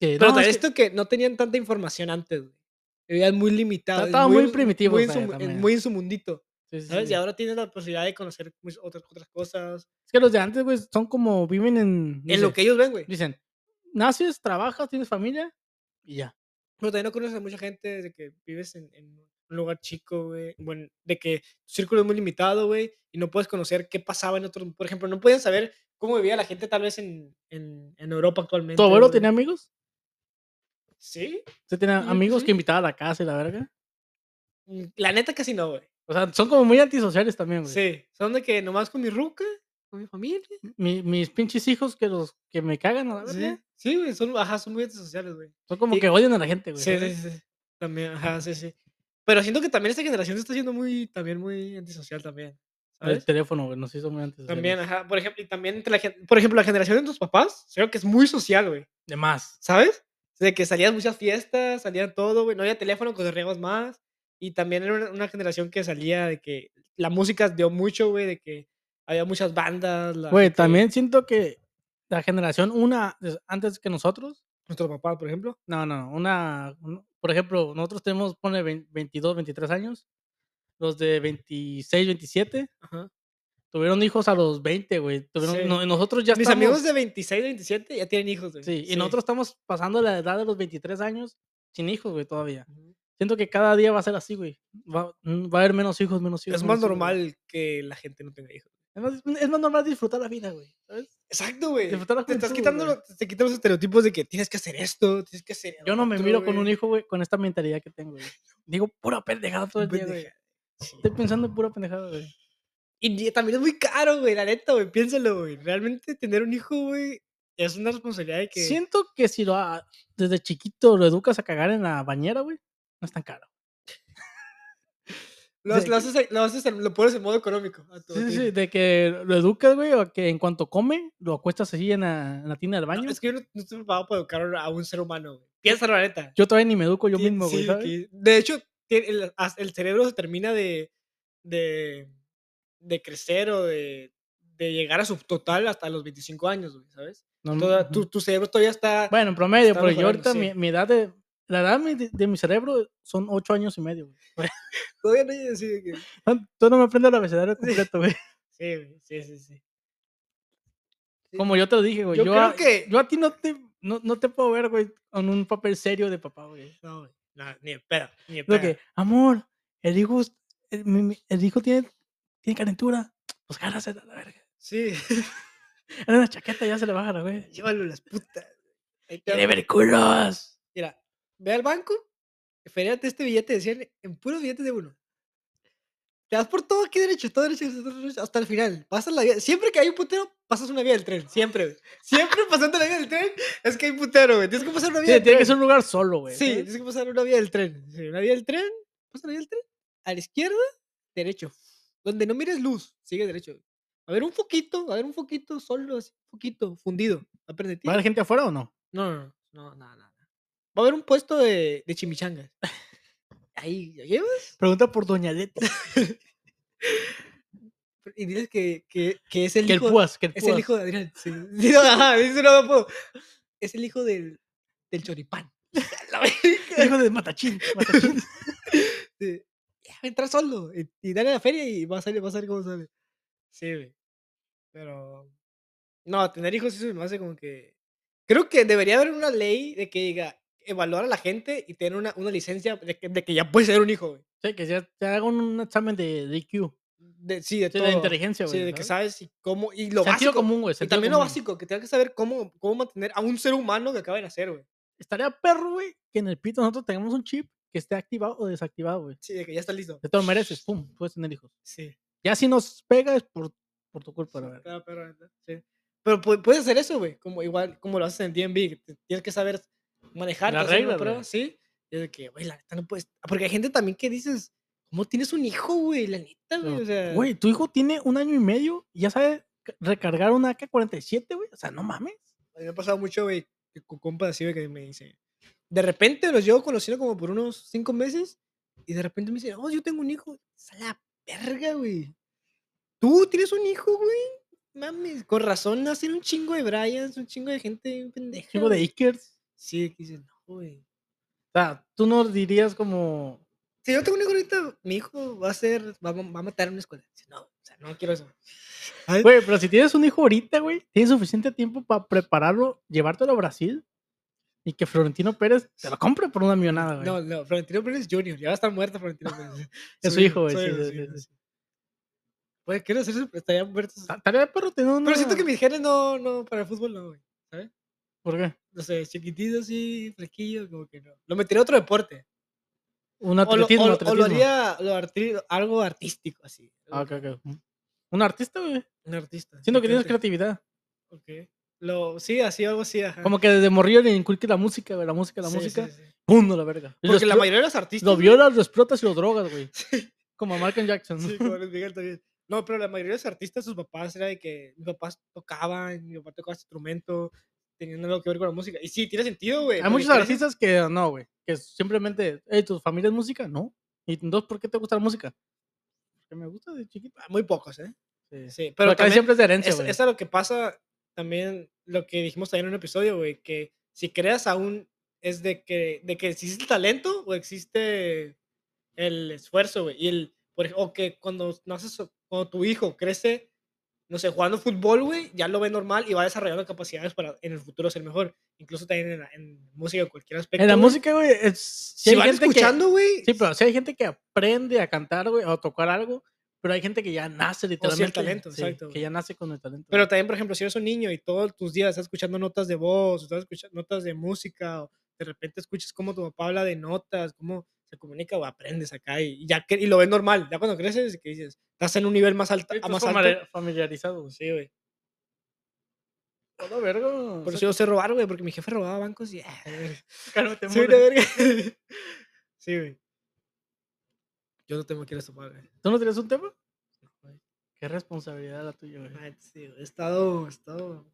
A: Que,
B: Pero
A: no, es que-
B: esto que... no tenían tanta información antes, güey. Vivían muy limitado.
A: Estaban muy primitivos,
B: Muy en,
A: vaya,
B: su, mu- en-
A: también.
B: muy en su mundito.
A: Sí, sí,
B: ¿Sabes?
A: sí.
B: Y ahora tienes la posibilidad de conocer muchas otras, otras cosas.
A: Es que los de antes, güey, son como viven en.
B: en lo
A: dice-
B: que ellos ven, güey.
A: Dicen, naces, trabajas, tienes familia y ya.
B: Pero también no conoces a mucha gente desde que vives en, en un lugar chico, güey. Bueno, de que tu círculo es muy limitado, güey. Y no puedes conocer qué pasaba en otros. Por ejemplo, no pueden saber cómo vivía la gente tal vez en, en, en Europa actualmente.
A: ¿Tu abuelo
B: güey.
A: tenía amigos?
B: Sí.
A: ¿Usted tenía
B: Yo que
A: amigos
B: sí.
A: que invitaba a la casa y la verga?
B: Mm, La neta casi no, güey.
A: O sea, son como muy antisociales también, Ah, güey.
B: Sí. Son de que nomás con mi ruca, con mi familia.
A: Mi- mis pinches hijos que los que me cagan a la verga.
B: Sí, sí, güey. Son, ajá, son muy antisociales, güey.
A: Son como
B: Y-
A: que odian a la gente, güey.
B: Sí, sí,
A: ¿sabes?
B: sí. También, ajá, sí, sí. Pero siento que también esta generación se está haciendo muy, también muy antisocial también. ¿sabes?
A: El teléfono, güey, nos hizo muy antisociales.
B: También, ajá. Por ejemplo, y también entre la gen- por ejemplo, la generación de tus papás, creo que es muy social, güey.
A: De más.
B: ¿Sabes? De que salían muchas fiestas, salían todo, güey. No había teléfono, corríamos más. Y también era una, una generación que salía de que la música dio mucho, güey, de que había muchas bandas. la
A: Güey,
B: gente-
A: también siento que la generación una des- antes que nosotros
B: Nuestro papá, por ejemplo.
A: No, no, una, un- por ejemplo, nosotros tenemos, pone 20 22, 23 años, los de 26, 27,
B: Ajá.
A: tuvieron hijos a los 20, güey. tuvieron-
B: Sí.
A: no- y nosotros ya
B: Mis
A: estamos,
B: amigos de 26, 27 ya tienen hijos, güey.
A: sí, y nosotros estamos pasando la edad de los 23 años sin hijos, güey, todavía.
B: Ujú.
A: Siento que cada día va a ser así, güey. Va, mm, va a haber menos hijos, menos hijos.
B: Es más
A: menos hijos, güey.
B: normal que la gente no tenga hijos.
A: Es más, es más normal disfrutar la vida, güey. ¿sabes?
B: Exacto, güey.
A: Disfrutar la
B: Te estás
A: juventud,
B: quitando
A: güey.
B: los, te quitan los estereotipos de que tienes que hacer esto, tienes que hacer
A: Yo no me
B: otro,
A: miro con un
B: güey.
A: hijo, güey, con esta mentalidad que tengo, güey. Digo, pura pendejada todo el día, güey.
B: Pendeja. Sí.
A: Estoy pensando en pura pendejada, güey.
B: Y ni- también es muy caro, güey, la neta, güey. Piénsalo, güey. Realmente tener un hijo, güey, es una responsabilidad de que.
A: Siento que si lo ha- desde chiquito lo educas a cagar en la bañera, güey, no es tan caro.
B: lo,
A: de
B: haces- lo
A: que-
B: haces, en- lo, haces en- lo pones en modo económico. a tu
A: Sí, sí,
B: rutina.
A: sí, de que lo educas, güey, o que en cuanto come, lo acuestas así en la, en la tina del
B: No,
A: baño.
B: es que yo no, no estoy preparado para educar a un ser humano, güey. Piénsalo, la neta.
A: Yo todavía ni me educo yo
B: Tien-
A: mismo, güey,
B: sí,
A: ¿sabes?
B: que- de hecho, tie- el, as- el cerebro se termina de, de, de crecer o de, de llegar a su total hasta los 25 años, güey, ¿sabes?
A: No, no,
B: Toda-
A: Mm, ujú.
B: tu, tu cerebro todavía está...
A: Bueno, en promedio,
B: está
A: pero yo
B: mejorando,
A: ahorita mi,
B: sí.
A: mi edad de... La edad mi- de, de mi cerebro son ocho años y medio, güey.
B: Todavía no hay así de que-
A: Tú no me aprendes el abecedario completo, güey.
B: Sí, güey, sí, sí, sí. Sí.
A: Como yo te lo dije, güey.
B: Yo
A: Pues Yo,
B: creo
A: a,
B: que-
A: yo a ti no te, no, no te puedo ver, güey, con un papel serio de papá, güey.
B: No, güey, no, ni de pedo, ni de
A: Lo
B: pedo.
A: que, amor, el hijo, es- el, mi- mi- el hijo tiene, tiene calentura. Pues gárrase a la verga.
B: Sí,
A: Era una chaqueta, ya se le baja la güey.
B: llévalo las putas. Ahí te va,
A: Quiere ver culos.
B: Mira, ve al banco, feriate este billete de 100 en puros billetes de uno. Te das por todo aquí derecho, todo derecho, todo derecho, hasta el final. Pasas la vía. Siempre que hay un putero, pasas una vía del tren. Siempre, güey. Siempre pasando la vía del tren es que hay putero, güey. Tienes que pasar una
A: Sí,
B: vía del
A: tiene que
B: tren.
A: ser un lugar solo, güey.
B: Sí,
A: ¿sabes?
B: tienes que pasar una vía del tren. Sí, una vía del tren, pasa la vía del tren. A la izquierda derecho. Donde no mires luz, sigue derecho. A ver un foquito, a ver un foquito solo, así, un foquito, fundido. Aprende
A: ¿Va a haber gente afuera o no?
B: No, no, no, no, no, no, no. Va a haber un puesto de, de chimichangas. Ahí, ¿ya llevas?
A: Pregunta por Doña Leti.
B: Y dices que, que, que es el
A: Que el
B: hijo.
A: Púas, que el
B: es el
A: Púas.
B: hijo de Adrián. Sí, sí, no, ajá, ese no me puedo. Es el hijo del, del choripán. La verga,
A: Hijo de Matachín. Matachín.
B: sí. Ya, va a entrar solo. Y, y dale a la feria y va a salir, va a salir cómo sale. Sí, güey. Pero. No, tener hijos eso me hace como que. Creo que debería haber una ley de que diga evaluar a la gente y tener una, una licencia de que, de que ya puedes ser un hijo, güey.
A: Sí, que ya te hagan un examen de, de IQ.
B: De, sí, de
A: sí,
B: todo.
A: de inteligencia, güey.
B: Sí, de que
A: ¿sabes?
B: sabes y cómo. Y lo
A: Sentido
B: básico.
A: común, güey.
B: Y
A: sentido
B: también lo
A: común.
B: básico, que tengas que saber cómo, cómo mantener a un ser humano que acaba de nacer, güey.
A: Estaría perro, güey, que en el pito nosotros tengamos un chip que esté activado o desactivado, güey.
B: Sí, de que ya está listo.
A: Ya te lo mereces, pum, puedes tener hijos.
B: Sí.
A: Ya si nos pega es por, por tu culpa, la
B: sí,
A: verdad.
B: está perro, neta, sí. Pero pu- puedes hacer eso, güey. Como, igual como lo haces en DMV. te- Tienes que saber manejar.
A: Las
B: te hacen una
A: reglas, güey.
B: prueba, Sí. Y es de que, güey, la neta no puedes. Porque hay gente también que dices, ¿cómo tienes un hijo, güey? La neta, güey.
A: Pero,
B: O sea,
A: Güey, tu hijo tiene un año y medio y ya sabe ca- recargar una AK-47, güey. O sea, no mames.
B: a mí me ha pasado mucho, güey, que con compas así, güey, que me dice. De repente los llevo conociendo como por unos cinco meses y de repente me dicen, oh, yo tengo un hijo. Es a la verga, güey. Tú tienes un hijo, güey. Mames, con razón nacen un chingo de Bryans, un chingo de gente bien pendeja.
A: Chico de
B: güey".
A: Ikers.
B: Sí, de que dices, no, güey.
A: O sea, tú nos dirías como...
B: Si
A: eh.
B: yo tengo un hijo ahorita, mi hijo va a ser, va, a ma- va a matar a una escuela. Dice, no, o sea, no quiero eso. ¿Sabes?
A: Güey, pero si tienes un hijo ahorita, güey, tienes suficiente tiempo para prepararlo, llevártelo a Brasil y que Florentino Pérez te lo compre por una millonada, güey.
B: No, no, Florentino Pérez Jr. Ya va a estar muerto Florentino Pérez.
A: Es su hijo, güey,
B: soy
A: sí,
B: hijo,
A: sí,
B: soy
A: sí, sí.
B: hijo,
A: Ah,
B: sí. Güey, quiero hacer eso, pero estaría muerto.
A: Ta- Tarea de perro tener una...
B: Pero siento que mis genes no, no, para el fútbol no, güey.
A: ¿Por qué?
B: No sé, chiquitito así, fresquillo, como que no. Lo metería a otro deporte.
A: Un
B: O lo,
A: atletismo,
B: o- o lo
A: atletismo.
B: haría lo arti- algo artístico, así.
A: Ah, ok, ok. Ujú. Un artista, güey.
B: Un artista.
A: Siento que tienes
B: diferente.
A: creatividad.
B: Ok. Lo, sí, así, algo así, ajá.
A: Como que desde morrillo le inculque la música, güey, la música, la
B: Sí, sí,
A: música.
B: sí.
A: ¡Pum! no, la verga. Y lo
B: Porque la
A: explo-
B: mayoría de los artistas.
A: Lo
B: güey,
A: violas, lo explotas y lo drogas, güey. Como a Michael Jackson.
B: Sí, como Luis Miguel también. No, pero la mayoría de los artistas, sus papás era de que mis papás tocaban, mi papá tocaba este instrumento, tenían algo que ver con la música. Y sí, tiene sentido, güey.
A: Hay
B: porque
A: muchos
B: creces-
A: artistas que no, güey. Que simplemente, hey, ¿tu familia es música? No. ¿Y dos, por qué te gusta la música? Porque me gusta de chiquito.
B: ah, Muy pocos, ¿eh?
A: Sí.
B: Sí,
A: Pero
B: pero
A: acá
B: también
A: siempre es de herencia,
B: es,
A: güey.
B: es a lo que pasa también, lo que dijimos también en un episodio, güey, que si creas aún es de que, de que existe el talento o existe el esfuerzo, güey. Y el, por, ej- o que cuando, naces, o- cuando tu hijo crece, no sé, jugando fútbol, güey, ya lo ve normal y va desarrollando capacidades para en el futuro ser mejor. Incluso también en, la- en música, en cualquier aspecto.
A: En la
B: güey.
A: música, güey, es... Si
B: si,
A: hay
B: van
A: gente que,
B: escuchando, güey.
A: Sí, pero sí hay gente que aprende a cantar, güey, o a tocar algo, pero hay gente que ya nace literalmente.
B: talento,
A: sí,
B: exacto,
A: Que
B: güey.
A: ya nace con el talento.
B: Pero
A: güey.
B: también, por ejemplo, si eres un niño y todos tus días estás escuchando notas de voz, estás escuchando notas de música, o de repente escuchas cómo tu papá habla de notas, cómo se comunica o aprendes acá y, y ya que, y lo ves normal. Ya cuando creces, que dices, estás en un nivel más alto.
A: Sí,
B: a
A: estás
B: más
A: famari-
B: alto.
A: familiarizado, güey.
B: Sí, güey.
A: Todo verga. o
B: Por
A: sea,
B: eso yo sé robar, güey, porque mi jefe robaba bancos y. ah,
A: cálmate,
B: soy una
A: mole.
B: verga. Sí, güey. Yo no tengo que ir a sopar, güey.
A: ¿Tú no tienes un tema? Qué responsabilidad la tuya, güey.
B: Ah, sí, güey, He estado, he estado.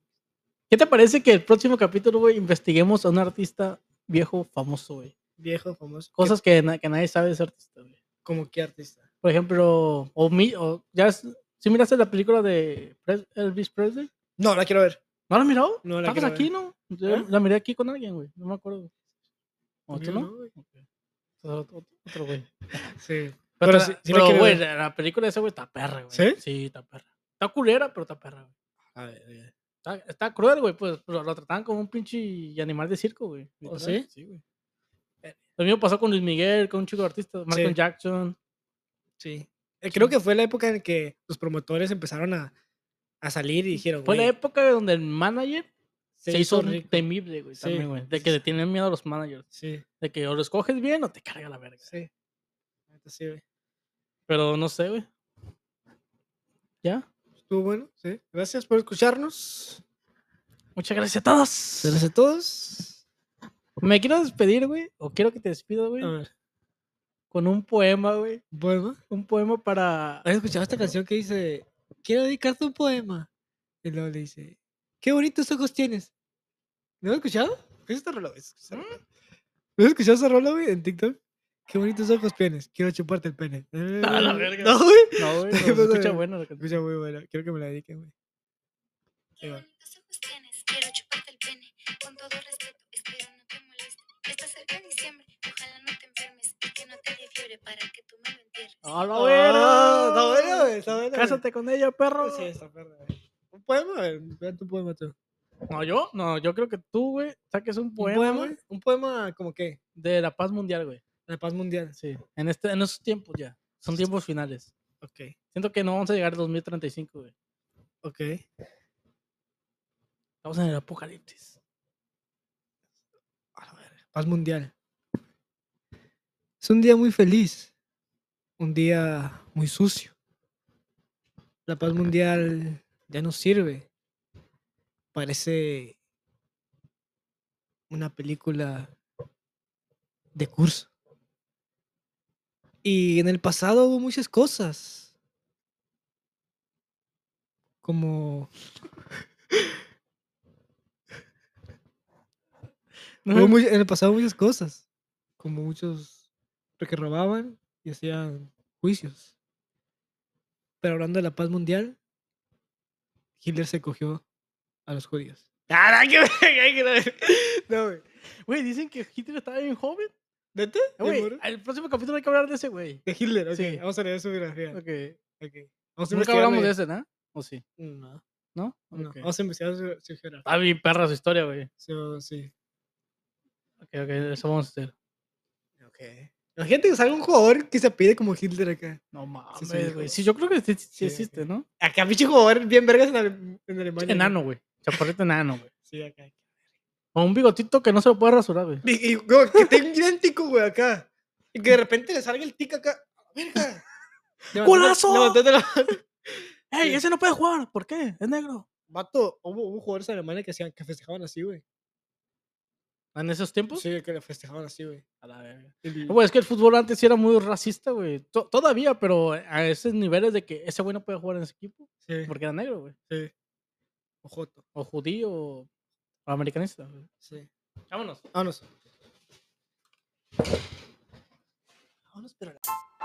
A: ¿Qué te parece que el próximo capítulo, güey, investiguemos a un artista viejo famoso, güey?
B: Viejo, famoso. ¿Qué-
A: Cosas que, na- que nadie sabe de ese artista, güey.
B: Como qué artista.
A: Por ejemplo, o, mi, o ya es- si miraste la película de Pres- Elvis Presley,
B: No, la quiero ver.
A: ¿no la miró?
B: No la
A: Estabas
B: quiero ver.
A: aquí, ¿no? Yo
B: ¿Eh?
A: la miré aquí con alguien, güey. No me acuerdo. ¿O tú
B: Yo
A: no?
B: no, güey.
A: Ok. Otro, otro- otro güey.
B: Sí.
A: Pero,
B: Pero
A: la-
B: sí- sí la
A: pero,
B: quiero
A: güey,
B: ver.
A: la, la película de ese güey está perra, güey.
B: ¿Sí?
A: Sí, está perra. Está culera, pero está perra, güey.
B: A ver, a ver.
A: Está, está cruel, güey. Pues lo, lo trataban como un pinche animal de circo, güey.
B: ¿Oh,
A: literal.
B: sí?
A: Sí, güey. Eh, Lo mismo pasó con Luis Miguel, con un chico de artistas, Michael
B: Sí.
A: Jackson.
B: Sí. Eh, Creo que fue la época en que los promotores empezaron a, a salir y dijeron,
A: Fue la
B: "Güey,
A: época donde el manager se, hizo, un
B: rico".
A: temible, güey.
B: Sí,
A: también, güey. De
B: sí,
A: que le
B: sí.
A: tienen miedo a los managers.
B: Sí,
A: De que o lo escoges bien o te carga la verga.
B: sí. La neta sí, güey.
A: Pero no sé, güey. ¿Ya?
B: Estuvo bueno, sí. Gracias por escucharnos.
A: Muchas gracias a todos.
B: Gracias a todos. Ah.
A: Me quiero despedir, güey. O quiero que te despidas, güey.
B: A ver.
A: con un poema, güey.
B: ¿Un poema?
A: Un poema para.
B: ¿Has escuchado esta canción que dice, quiero dedicarte un poema? Y luego le dice, qué bonitos ojos tienes. ¿No lo has escuchado? ¿Qué es esta rola? güey? Es esta rola. ¿No has escuchado esa rola, güey, en TikTok? Qué bonitos ojos tienes, quiero chuparte el pene.
A: A la verga.
B: No, güey.
A: No, güey, no, se
B: Pues,
A: escucha
B: eh,
A: buena la canción.
B: Escucha muy buena, quiero que me la dediquen, güey.
C: Qué
B: Ahí va.
C: bonitos ojos tienes, quiero chuparte el pene. Con todo respeto, espero no te moleste. Está cerca diciembre, ojalá no te enfermes y que no te dé fiebre para que tú me lo entierres.
A: ¡A la
B: Ah, está
A: verga!
B: buena, güey, está buena, güey.
A: Cásate con ella, perro.
B: Sí, está perra, eh. güey. ¿Un poema? A ver, cuéntame un poema tú.
A: No, yo, no, yo creo que tú, güey, saques un poema, güey,
B: ¿Un poema como qué?
A: de la paz mundial, güey.
B: La paz mundial.
A: Sí. En este, en esos tiempos ya. Son tiempos finales.
B: Ok,
A: Siento que no vamos a llegar a 2035, güey.
B: ok.
A: Estamos en el apocalipsis.
B: A la verga, Paz mundial. Es un día muy feliz. Un día muy sucio. La paz mundial ya no sirve. Parece una película de curso. Y en el pasado hubo muchas cosas. Como Hubo mucho- en el pasado muchas cosas, como muchos que robaban y hacían juicios. Pero hablando de la paz mundial, Hitler se cogió a los judíos. ¡Ah, no, qué verga, ay, que la ver- No, güey.
A: Güey, dicen que Hitler estaba bien joven.
B: ¿Neta?
A: Eh, Güey,
B: ¿Seguro?
A: el próximo capítulo hay que hablar de ese, güey.
B: ah, De Hitler, ok.
A: Sí.
B: Vamos a leer su biografía.
A: Ok.
B: ok. Vamos a
A: Nunca
B: investigar
A: hablamos
B: la-
A: de ese, ¿no? ¿O sí?
B: No,
A: ¿No?
B: no.
A: Ok.
B: Vamos a investigar su, su biografía.
A: Está bien perra su historia, güey.
B: Su- sí.
A: Ok, ok, eso vamos a hacer.
B: Imagínate que salga un jugador que se pide como Hitler acá.
A: No mames,
B: hijo.
A: güey. Sí, yo creo que sí, sí
B: Sí,
A: existe,
B: ok.
A: ¿no?
B: Acá, pinche jugador bien vergas en, Ale- en Alemania. güey.
A: Enano, güey. Chaparrito enano, güey.
B: Sí, acá.
A: O un bigotito que no se lo puede rasurar, güey.
B: Y, y, güey, que esté idéntico, güey, acá. Y que de repente le salga el tic acá. ¡Verga! Levantate-
A: ¡Golazo!
B: levantate la mano.
A: ¡Ey,
B: Sí.
A: ese no puede jugar! ¿Por qué? Es negro.
B: Vato, hubo, hubo jugadores alemanes que, hacían, que festejaban así, güey.
A: ¿En esos tiempos?
B: Sí, que le festejaban así, güey.
A: A la verga.
B: Y-
A: Güey, es que el fútbol antes sí era muy racista, güey. To- todavía, pero a esos niveles de que ese güey no puede jugar en ese equipo
B: Sí,
A: porque era negro, güey.
B: sí. Ojoto.
A: O judío o americanista. güey.
B: Sí.
A: Vámonos.
B: Vámonos. Vámonos, pero... la-